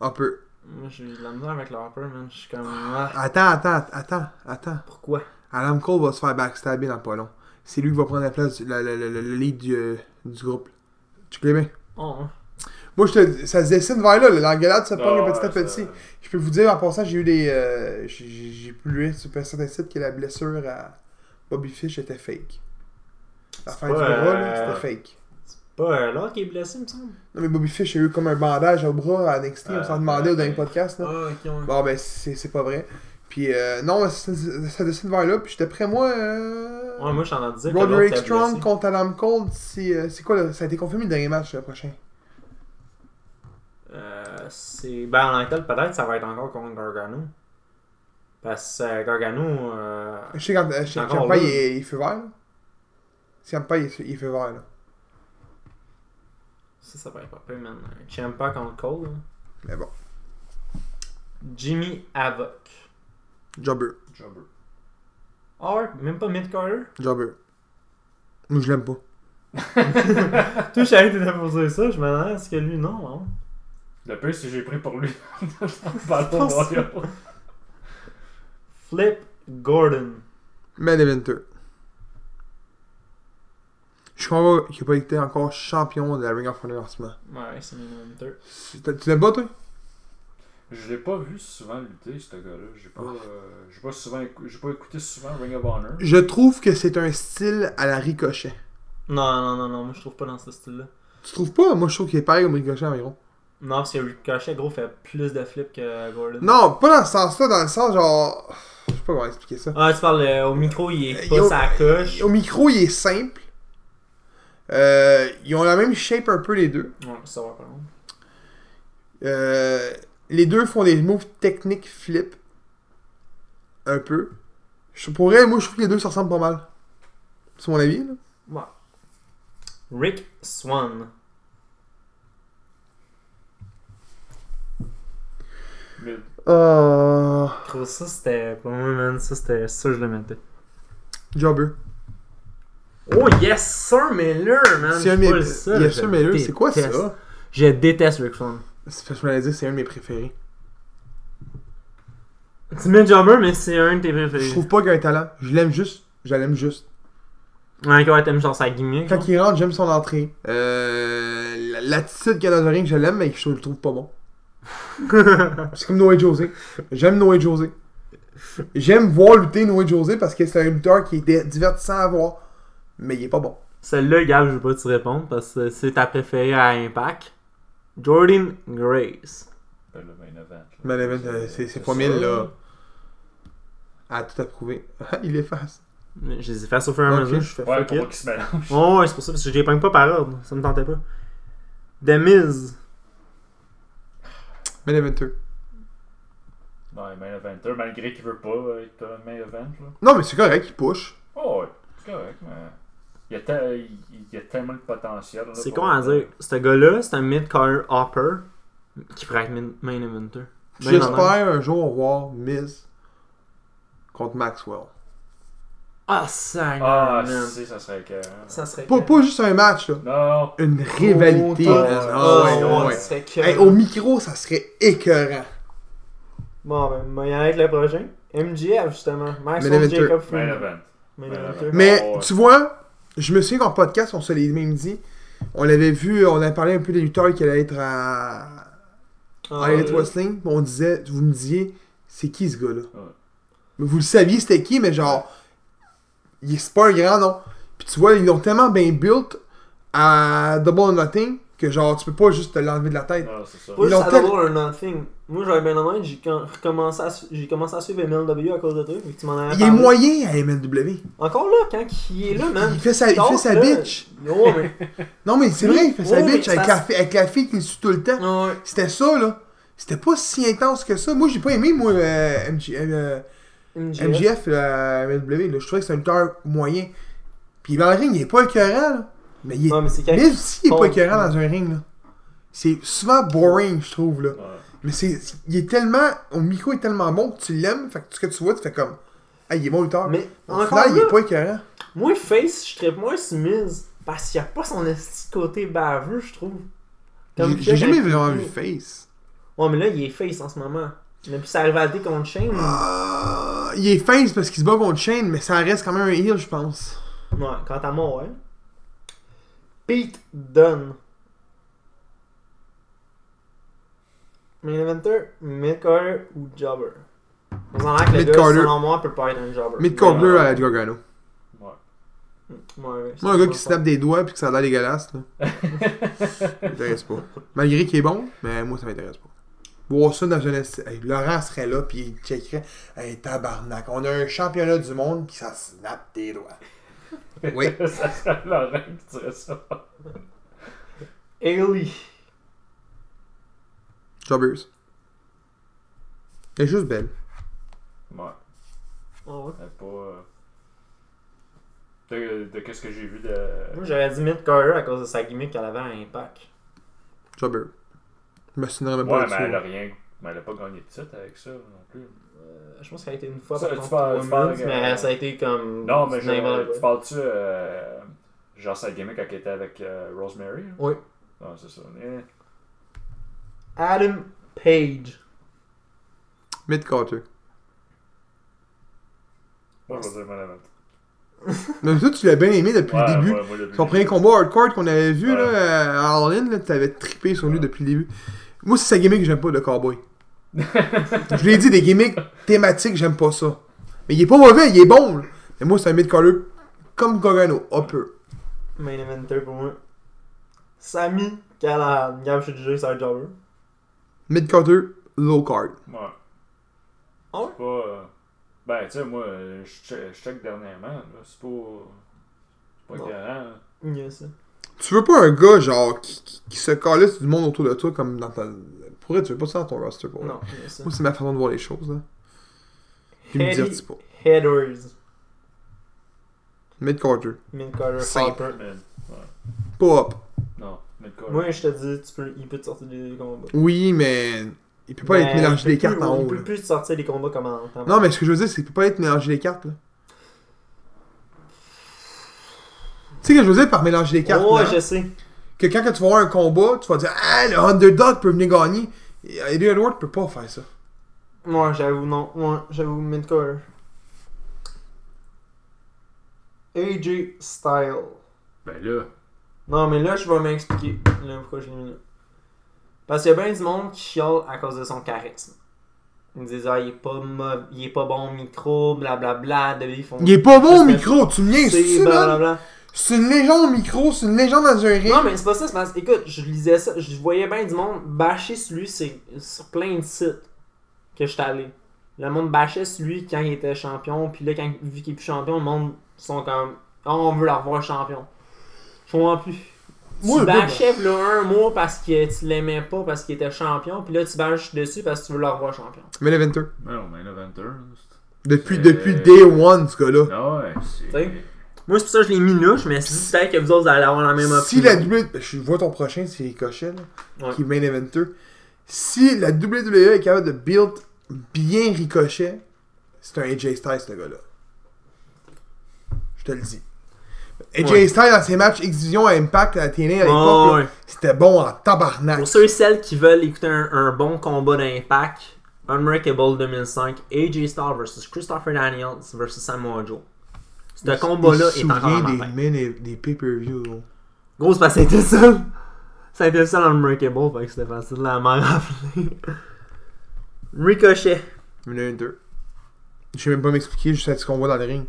[SPEAKER 1] Un peu.
[SPEAKER 2] Moi, j'ai de la misère avec l'Hopper, man. Je suis comme. Ah,
[SPEAKER 1] Attends, attends, attends, attends.
[SPEAKER 2] pourquoi
[SPEAKER 1] Adam Cole va se faire backstabber dans pas long. C'est lui qui va prendre la place, du- la- la- la- la- le lead du, euh, du groupe. Tu connais bien?
[SPEAKER 2] Oh, hein.
[SPEAKER 1] Moi, je te, ça se dessine vers là. là. L'engueulade se
[SPEAKER 4] Ah,
[SPEAKER 1] pogne
[SPEAKER 4] ouais,
[SPEAKER 1] petit à
[SPEAKER 4] ça-
[SPEAKER 1] petit. Je peux vous dire, en passant, j'ai eu des... euh, j'ai- j'ai j'ai pu lire sur un certain site que la blessure à Bobby Fish était fake. La fin du
[SPEAKER 2] pas,
[SPEAKER 1] bras, là,
[SPEAKER 2] euh,
[SPEAKER 1] c'était fake.
[SPEAKER 2] C'est pas euh, l'autre qui est blessé, il me semble.
[SPEAKER 1] Non, mais Bobby Fish a eu comme un bandage au bras à NXT. on
[SPEAKER 4] Euh,
[SPEAKER 1] s'en demandait au dernier
[SPEAKER 4] ouais.
[SPEAKER 1] podcast, là.
[SPEAKER 2] Ah, ok, ouais.
[SPEAKER 1] Bon, ben, c'est c'est pas vrai. Puis, euh, non, ça, ça dessine vers là. Puis, j'étais prêt, moi... euh,
[SPEAKER 2] Ouais, moi, j'en ai dit.
[SPEAKER 1] Roderick Strong contre Adam Cole, c'est euh, c'est quoi là? Ça a été confirmé le dernier match le prochain.
[SPEAKER 2] Euh, c'est. Ben, en tant que tel, peut-être, ça va être encore contre Gargano. Parce que euh, Gargano. euh,
[SPEAKER 1] Je sais quand euh, chez-
[SPEAKER 2] Encore
[SPEAKER 1] Ciampa,
[SPEAKER 2] là.
[SPEAKER 1] il, est- il fait vert. là. Ciampa, il, est- il fait vert. Là.
[SPEAKER 2] Ça, ça va être pas peu, man. Champa contre Cole. hein.
[SPEAKER 1] Mais bon.
[SPEAKER 2] Jimmy Havoc.
[SPEAKER 1] Jobber.
[SPEAKER 4] Jobber.
[SPEAKER 2] Ah ouais, même pas mid-carter. <laughs>
[SPEAKER 1] Jobber. Moi, je l'aime pas.
[SPEAKER 2] Toi, je savais que t'étais pour dire ça, je me demandais est-ce que lui, non, hein?
[SPEAKER 4] Le peu, c'est que j'ai pris pour
[SPEAKER 1] <laughs>
[SPEAKER 4] lui. <laughs> Ballon royal.
[SPEAKER 2] Flip Gordon.
[SPEAKER 1] Main Eventer. Je crois pas qu'il a pas été encore champion de la Ring of Honor en ce moment.
[SPEAKER 2] Ouais, c'est main eventer.
[SPEAKER 1] Tu tu l'aimes pas, toi
[SPEAKER 4] Je l'ai pas vu souvent lutter, ce gars-là. J'ai pas, euh, j'ai pas, souvent écou- j'ai pas écouté souvent Ring of Honor.
[SPEAKER 1] Je trouve que c'est un style à la ricochet.
[SPEAKER 2] Non, non, non, non, moi je trouve pas dans ce style-là.
[SPEAKER 1] Tu trouves pas Moi, je trouve qu'il est pareil au ricochet environ.
[SPEAKER 2] Non, parce que Ricochet, gros, fait plus de flips que Gordon.
[SPEAKER 1] Non, pas dans ce sens-là, dans le sens genre. Je sais pas comment expliquer ça.
[SPEAKER 2] Ah, tu parles euh, au micro, il est
[SPEAKER 1] Euh,
[SPEAKER 2] pas
[SPEAKER 1] yo-
[SPEAKER 2] sa coche.
[SPEAKER 1] Au micro, il est simple. Euh, ils ont la même shape un peu les deux.
[SPEAKER 2] Ouais, ça va, par contre.
[SPEAKER 1] Euh, les deux font des moves techniques flip. Un peu. Je pourrais, moi, je trouve que les deux se ressemblent pas mal. C'est mon avis, là.
[SPEAKER 2] Ouais. Rick Swan.
[SPEAKER 4] Mais
[SPEAKER 1] Euh...
[SPEAKER 2] Gros, ça c'était. Pour moi, man, ça c'était. Ça, je le mettais.
[SPEAKER 1] Jobber.
[SPEAKER 2] Oh, yes, Sir Miller, man!
[SPEAKER 1] C'est un de
[SPEAKER 2] Je
[SPEAKER 1] mes.
[SPEAKER 2] suis pas le seul,
[SPEAKER 1] Yes,
[SPEAKER 2] je
[SPEAKER 1] sir, mais là, c'est quoi
[SPEAKER 2] déteste.
[SPEAKER 1] ça
[SPEAKER 2] Je déteste Rick Swan.
[SPEAKER 1] C'est parce que je me l'ai dit, c'est un de mes préférés.
[SPEAKER 2] Tu mets Jobber, mais c'est un de tes préférés.
[SPEAKER 1] Je trouve pas qu'il a un talent. Je l'aime juste. Je l'aime juste.
[SPEAKER 2] Ouais, quand t'aimes genre sa gimmick.
[SPEAKER 1] Quand il rentre, j'aime son entrée. Euh, la- L'attitude qu'il a dans le ring, je l'aime, mais je le trouve pas bon. <laughs> c'est comme Noé José. J'aime Noé José. J'aime voir lutter Noé José parce que c'est un lutteur qui est dé- divertissant à voir, mais il est pas bon.
[SPEAKER 2] Celle-là, Gab, je vais pas te répondre parce que c'est ta préférée à Impact. Jordan Grace.
[SPEAKER 4] ben, le 29 ans.
[SPEAKER 1] Mais le event, euh, c'est c'est pas mille, là. À tout approuver. il efface.
[SPEAKER 2] Je les ai fait au fur et à
[SPEAKER 1] Ok,
[SPEAKER 2] mesure.
[SPEAKER 1] je fais
[SPEAKER 4] Ouais,
[SPEAKER 2] Fuck
[SPEAKER 4] pour
[SPEAKER 2] it.
[SPEAKER 4] pas qu'il se mélange. <laughs>
[SPEAKER 2] Oh, ouais, c'est pour ça, parce que je les pogne pas par ordre. Ça me tentait pas. The Miz.
[SPEAKER 1] Main eventer.
[SPEAKER 4] Non, main eventer, malgré qu'il veut pas être un main event, là.
[SPEAKER 1] Non, mais c'est correct, il push.
[SPEAKER 4] Oh, ouais, c'est correct, mais. Il y a, te- il il y a tellement de potentiel. là,
[SPEAKER 2] C'est
[SPEAKER 4] pour-
[SPEAKER 2] con à dire. Ce gars-là, c'est un mid-car hopper qui pourrait être min- main eventer. Main event.
[SPEAKER 1] J'espère un jour voir Miz contre Maxwell.
[SPEAKER 2] Ah, ça,
[SPEAKER 4] Ah,
[SPEAKER 2] man.
[SPEAKER 4] si, ça serait que.
[SPEAKER 2] Ça serait.
[SPEAKER 1] Pas, pas juste un match, là.
[SPEAKER 4] Non,
[SPEAKER 1] Une rivalité,
[SPEAKER 2] Oh,
[SPEAKER 1] man.
[SPEAKER 2] ah,
[SPEAKER 1] Ah ouais,
[SPEAKER 2] ouais,
[SPEAKER 1] ouais, ouais.
[SPEAKER 2] ça serait que-
[SPEAKER 1] Hey, au micro, ça serait écœurant.
[SPEAKER 2] Bon, ben, on va y aller avec le prochain. MGF, justement.
[SPEAKER 1] Main
[SPEAKER 2] Maxwell
[SPEAKER 1] eventer.
[SPEAKER 2] Jacob
[SPEAKER 4] main
[SPEAKER 2] Freeman.
[SPEAKER 4] event.
[SPEAKER 2] Main
[SPEAKER 4] Main
[SPEAKER 2] eventer.
[SPEAKER 4] event.
[SPEAKER 1] Mais
[SPEAKER 4] ouais.
[SPEAKER 1] tu vois, je me souviens qu'en podcast, on se l'est même dit. On l'avait vu, on avait parlé un peu des lutteurs qui allaient être à,
[SPEAKER 2] Ah,
[SPEAKER 1] à Elite
[SPEAKER 2] ouais.
[SPEAKER 1] Wrestling. puis On disait, vous me disiez, c'est qui ce gars-là
[SPEAKER 4] Ouais.
[SPEAKER 1] Mais Vous le saviez, c'était qui, mais genre, il c'est pas un grand nom. Puis tu vois, ils l'ont tellement bien built à Double or Nothing que genre, tu peux pas juste te l'enlever de la tête.
[SPEAKER 4] Non, Ah, c'est ça.
[SPEAKER 2] Pas
[SPEAKER 1] Ils
[SPEAKER 2] juste
[SPEAKER 1] l'ont
[SPEAKER 2] à
[SPEAKER 1] tel-
[SPEAKER 2] Double or Nothing. Moi, j'avais bien en j'ai com- recommencé à su- j'ai commencé à suivre MLW à cause de toi, vu que tu m'en avais
[SPEAKER 1] Il est
[SPEAKER 2] parlé.
[SPEAKER 1] moyen à MLW.
[SPEAKER 2] Encore là, quand il est là, man.
[SPEAKER 1] Il fait sa, il fait sa
[SPEAKER 2] Là,
[SPEAKER 1] bitch.
[SPEAKER 2] Non, mais.
[SPEAKER 1] Non, mais c'est
[SPEAKER 2] Oui,
[SPEAKER 1] vrai, il fait sa
[SPEAKER 2] oui,
[SPEAKER 1] bitch
[SPEAKER 2] mais
[SPEAKER 1] avec,
[SPEAKER 2] ça-
[SPEAKER 1] la, fi- avec la fille qui le suit tout le temps.
[SPEAKER 2] Ah ouais.
[SPEAKER 1] C'était ça, là. C'était pas si intense que ça. Moi, j'ai pas aimé, moi, euh, MG, euh,
[SPEAKER 2] MJF.
[SPEAKER 1] MJF, la MLW. Là. Je trouvais que c'est un lutteur moyen. Puis dans le ring, il est pas écœurant, là. Mais il est...
[SPEAKER 2] Non, mais c'est quand
[SPEAKER 1] Mais aussi, il est
[SPEAKER 2] Oh.
[SPEAKER 1] pas écœurant dans un ring, là. C'est souvent boring, je trouve, là.
[SPEAKER 4] Ouais.
[SPEAKER 1] Mais c'est... Il est tellement... Au micro, il est tellement bon que tu l'aimes. Fait que ce que tu vois, tu fais comme... Ah, il est bon lutteur.
[SPEAKER 2] Mais
[SPEAKER 1] Au
[SPEAKER 2] encore là,
[SPEAKER 1] final, il est pas écœurant.
[SPEAKER 2] moi, Face, je traite moins Smith parce qu'il n'y a pas son esti côté baveux, je trouve. Comme
[SPEAKER 1] J'ai j'ai
[SPEAKER 2] Jack-
[SPEAKER 1] jamais vraiment vu Face.
[SPEAKER 2] Ouais, mais là, il est Face en ce moment. Depuis sa rivalité contre Shane.
[SPEAKER 1] Ah, il est face parce qu'il se bat contre Shane, mais ça reste quand même un heal, je pense.
[SPEAKER 2] Ouais, quant à moi, ouais. Pete Dunne. Main eventer, Mid-Carter ou Jobber? On s'en rend que le gars,
[SPEAKER 1] Mid-Carter.
[SPEAKER 2] selon moi, peut pas être un Jobber.
[SPEAKER 1] mid Cobbler à Gargano.
[SPEAKER 4] Ouais.
[SPEAKER 2] Ouais,
[SPEAKER 1] Moi, un gars qui se tape des doigts puis que ça a l'air dégueulasse, là.
[SPEAKER 4] <laughs>
[SPEAKER 1] ça m'intéresse pas. Malgré qu'il est bon, mais moi, ça m'intéresse pas. Voir ça dans une. Hey, Laurent serait là puis il checkerait. Hey, tabarnak, on a un championnat du monde puis ça snap des doigts. Oui.
[SPEAKER 4] <laughs> ça serait Laurent qui dirait ça.
[SPEAKER 2] Ailey.
[SPEAKER 1] Jobbers. Elle est juste belle.
[SPEAKER 4] Ouais.
[SPEAKER 2] Ah ouais.
[SPEAKER 4] elle est pas. euh, De, de qu'est-ce que j'ai vu de.
[SPEAKER 2] Moi, j'aurais dit Mid-Carter à cause de sa gimmick qu'elle avait à Impact.
[SPEAKER 1] Jobber. Je me souviendrai même
[SPEAKER 4] Ouais,
[SPEAKER 1] pas
[SPEAKER 4] mais
[SPEAKER 1] de
[SPEAKER 4] elle a
[SPEAKER 1] ça.
[SPEAKER 4] rien Mais elle a pas gagné de titre avec ça non plus.
[SPEAKER 2] Euh, je pense qu'elle a été une fois
[SPEAKER 4] Ça,
[SPEAKER 2] par
[SPEAKER 4] tu
[SPEAKER 2] contre
[SPEAKER 4] parles-
[SPEAKER 2] au
[SPEAKER 4] tu parles,
[SPEAKER 2] Women's,
[SPEAKER 4] euh,
[SPEAKER 2] mais ça a été comme.
[SPEAKER 4] Non, mais
[SPEAKER 2] du
[SPEAKER 4] genre,
[SPEAKER 2] n'importe quoi.
[SPEAKER 4] tu parles-tu euh, genre sa gimmick quand elle était avec euh, Rosemary? là?
[SPEAKER 2] Oui.
[SPEAKER 4] Non, c'est ça. Eh.
[SPEAKER 2] Adam Page.
[SPEAKER 1] Mid Carter.
[SPEAKER 4] Moi, je vais dire Madame Evans.
[SPEAKER 1] Mais toi, tu l'as bien aimé depuis
[SPEAKER 4] Ouais,
[SPEAKER 1] le début.
[SPEAKER 4] ouais, moi, depuis
[SPEAKER 1] Son
[SPEAKER 4] le
[SPEAKER 1] premier
[SPEAKER 4] début.
[SPEAKER 1] combat hardcore qu'on avait vu
[SPEAKER 4] Ouais.
[SPEAKER 1] là, euh, à All In, là, tu avais trippé sur lui
[SPEAKER 4] Ouais.
[SPEAKER 1] depuis le début. Moi, c'est sa gimmick que j'aime pas, le
[SPEAKER 2] <laughs>
[SPEAKER 1] cowboy. Je l'ai dit, des gimmicks thématiques, j'aime pas ça. Mais il est pas mauvais, il est bon. là. Mais moi, c'est un mid-caller comme Gorgano, upper.
[SPEAKER 2] Main eventer pour moi. Sami Callan. Gab, je suis déjà sur jobber.
[SPEAKER 1] Mid-carter, low-card.
[SPEAKER 4] Ouais.
[SPEAKER 2] Ah ouais?
[SPEAKER 4] C'est pas. euh, Ben, tu sais, moi, euh, je che- je check dernièrement. là, C'est pas. C'est pas
[SPEAKER 2] Non.
[SPEAKER 4] écœurant, hein. là.
[SPEAKER 2] Il y a ça.
[SPEAKER 1] Tu veux pas un gars, genre, qui, qui- qui se calisse du monde autour de toi comme dans ta... Pour vrai, tu veux pas ça dans ton roster, pour vrai.
[SPEAKER 2] Non, il y
[SPEAKER 1] <laughs>
[SPEAKER 2] a ça.
[SPEAKER 1] Moi, c'est ma façon de voir les choses, là. Puis me
[SPEAKER 2] Eddie-
[SPEAKER 1] divertis pas.
[SPEAKER 2] Headers.
[SPEAKER 1] Mid-carter.
[SPEAKER 2] Min Carter.
[SPEAKER 1] Simple.
[SPEAKER 2] Hopper.
[SPEAKER 4] Mais-
[SPEAKER 1] Pas up.
[SPEAKER 4] Non, mais le cas.
[SPEAKER 2] Moi, je te dis, tu peux, il peut te sortir des combats.
[SPEAKER 1] Oui, mais... Il peut pas
[SPEAKER 2] Mais
[SPEAKER 1] être mélangé
[SPEAKER 2] il
[SPEAKER 1] les
[SPEAKER 2] peut
[SPEAKER 1] cartes
[SPEAKER 2] Ben, plus-
[SPEAKER 1] en
[SPEAKER 2] Il
[SPEAKER 1] haut, là.
[SPEAKER 2] peut plus te sortir des combats comme en temps.
[SPEAKER 1] Non, mais ce que je veux dire, c'est qu'il peut pas être mélanger les cartes, là. Tu sais ce que je veux dire par mélanger les cartes,
[SPEAKER 2] Ouais,
[SPEAKER 1] là?
[SPEAKER 2] je sais.
[SPEAKER 1] Que quand que tu vas avoir un combat, tu vas dire « Ah, le underdog peut venir gagner! » Et Eddie Edward peut pas faire ça.
[SPEAKER 2] Ouais, j'avoue, non. Ouais, j'avoue, Midcore. AJ Style.
[SPEAKER 5] Ben là,
[SPEAKER 2] Non, mais là, je vais m'expliquer. Là, pourquoi je l'ai mis là. Parce qu'il y a bien du monde qui chiale à cause de son charisme. Ils me disent, ah, il est pas, mo- il est pas bon au micro, blablabla. de lui, Ils font.
[SPEAKER 1] Il est pas bon au
[SPEAKER 2] C'est-
[SPEAKER 1] micro, tu me niaises,
[SPEAKER 2] c'est
[SPEAKER 1] c'est man?
[SPEAKER 2] blablabla.
[SPEAKER 1] C'est une légende au micro, c'est une légende dans un ring.
[SPEAKER 2] Non, mais c'est pas ça, c'est parce écoute, je lisais ça, je voyais bien du monde bâcher sur lui c'est- sur plein de sites que j'étais allé. Le monde bâchait sur lui quand il était champion, puis là, quand, vu qu'il est plus champion, le monde sont comme Ah, on veut le revoir champion. Je comprends plus.
[SPEAKER 1] Moi, le
[SPEAKER 2] tu bâchais là, un mois parce que tu l'aimais pas parce qu'il était champion, puis là, tu bâches dessus parce que tu veux le revoir champion.
[SPEAKER 1] Mais Leventer.
[SPEAKER 5] ben non, mais 90.
[SPEAKER 1] Depuis,
[SPEAKER 2] Euh,
[SPEAKER 5] C'est-
[SPEAKER 1] depuis day one, ce gars-là.
[SPEAKER 5] Ah ouais, c'est.
[SPEAKER 2] T'sais? Moi, c'est pour ça que je l'ai mis là, je me suis dit peut-être que vous autres allez avoir la même
[SPEAKER 1] Si la WWE. ben, Je vois ton prochain, c'est Ricochet, là,
[SPEAKER 2] Ouais.
[SPEAKER 1] qui est main eventer. Si la WWE est capable de build bien Ricochet, c'est un AJ Styles, ce gars-là. Je te le dis. AJ
[SPEAKER 2] Ouais.
[SPEAKER 1] Styles, dans ses matchs Exhibition à Impact à la télé à l'époque,
[SPEAKER 2] Oh,
[SPEAKER 1] là,
[SPEAKER 2] ouais.
[SPEAKER 1] c'était bon en tabarnak.
[SPEAKER 2] Pour ceux et celles qui veulent écouter un, un bon combat d'impact, Unbreakable 2005, AJ Styles versus Christopher Daniels versus Samoa Joe. Ce combat-là
[SPEAKER 1] Je
[SPEAKER 2] est
[SPEAKER 1] me
[SPEAKER 2] encore dans
[SPEAKER 1] souviens des,
[SPEAKER 2] ma tête.
[SPEAKER 1] main- des, des pay-per-views. là.
[SPEAKER 2] Gros, c'est parce que c'était ça. Ça a été ça dans Unbreakable, fait que c'était facile de la m'en rappeler. Ricochet.
[SPEAKER 1] Il y en a un, deux. Je sais même pas m'expliquer juste à ce qu'on voit dans le ring.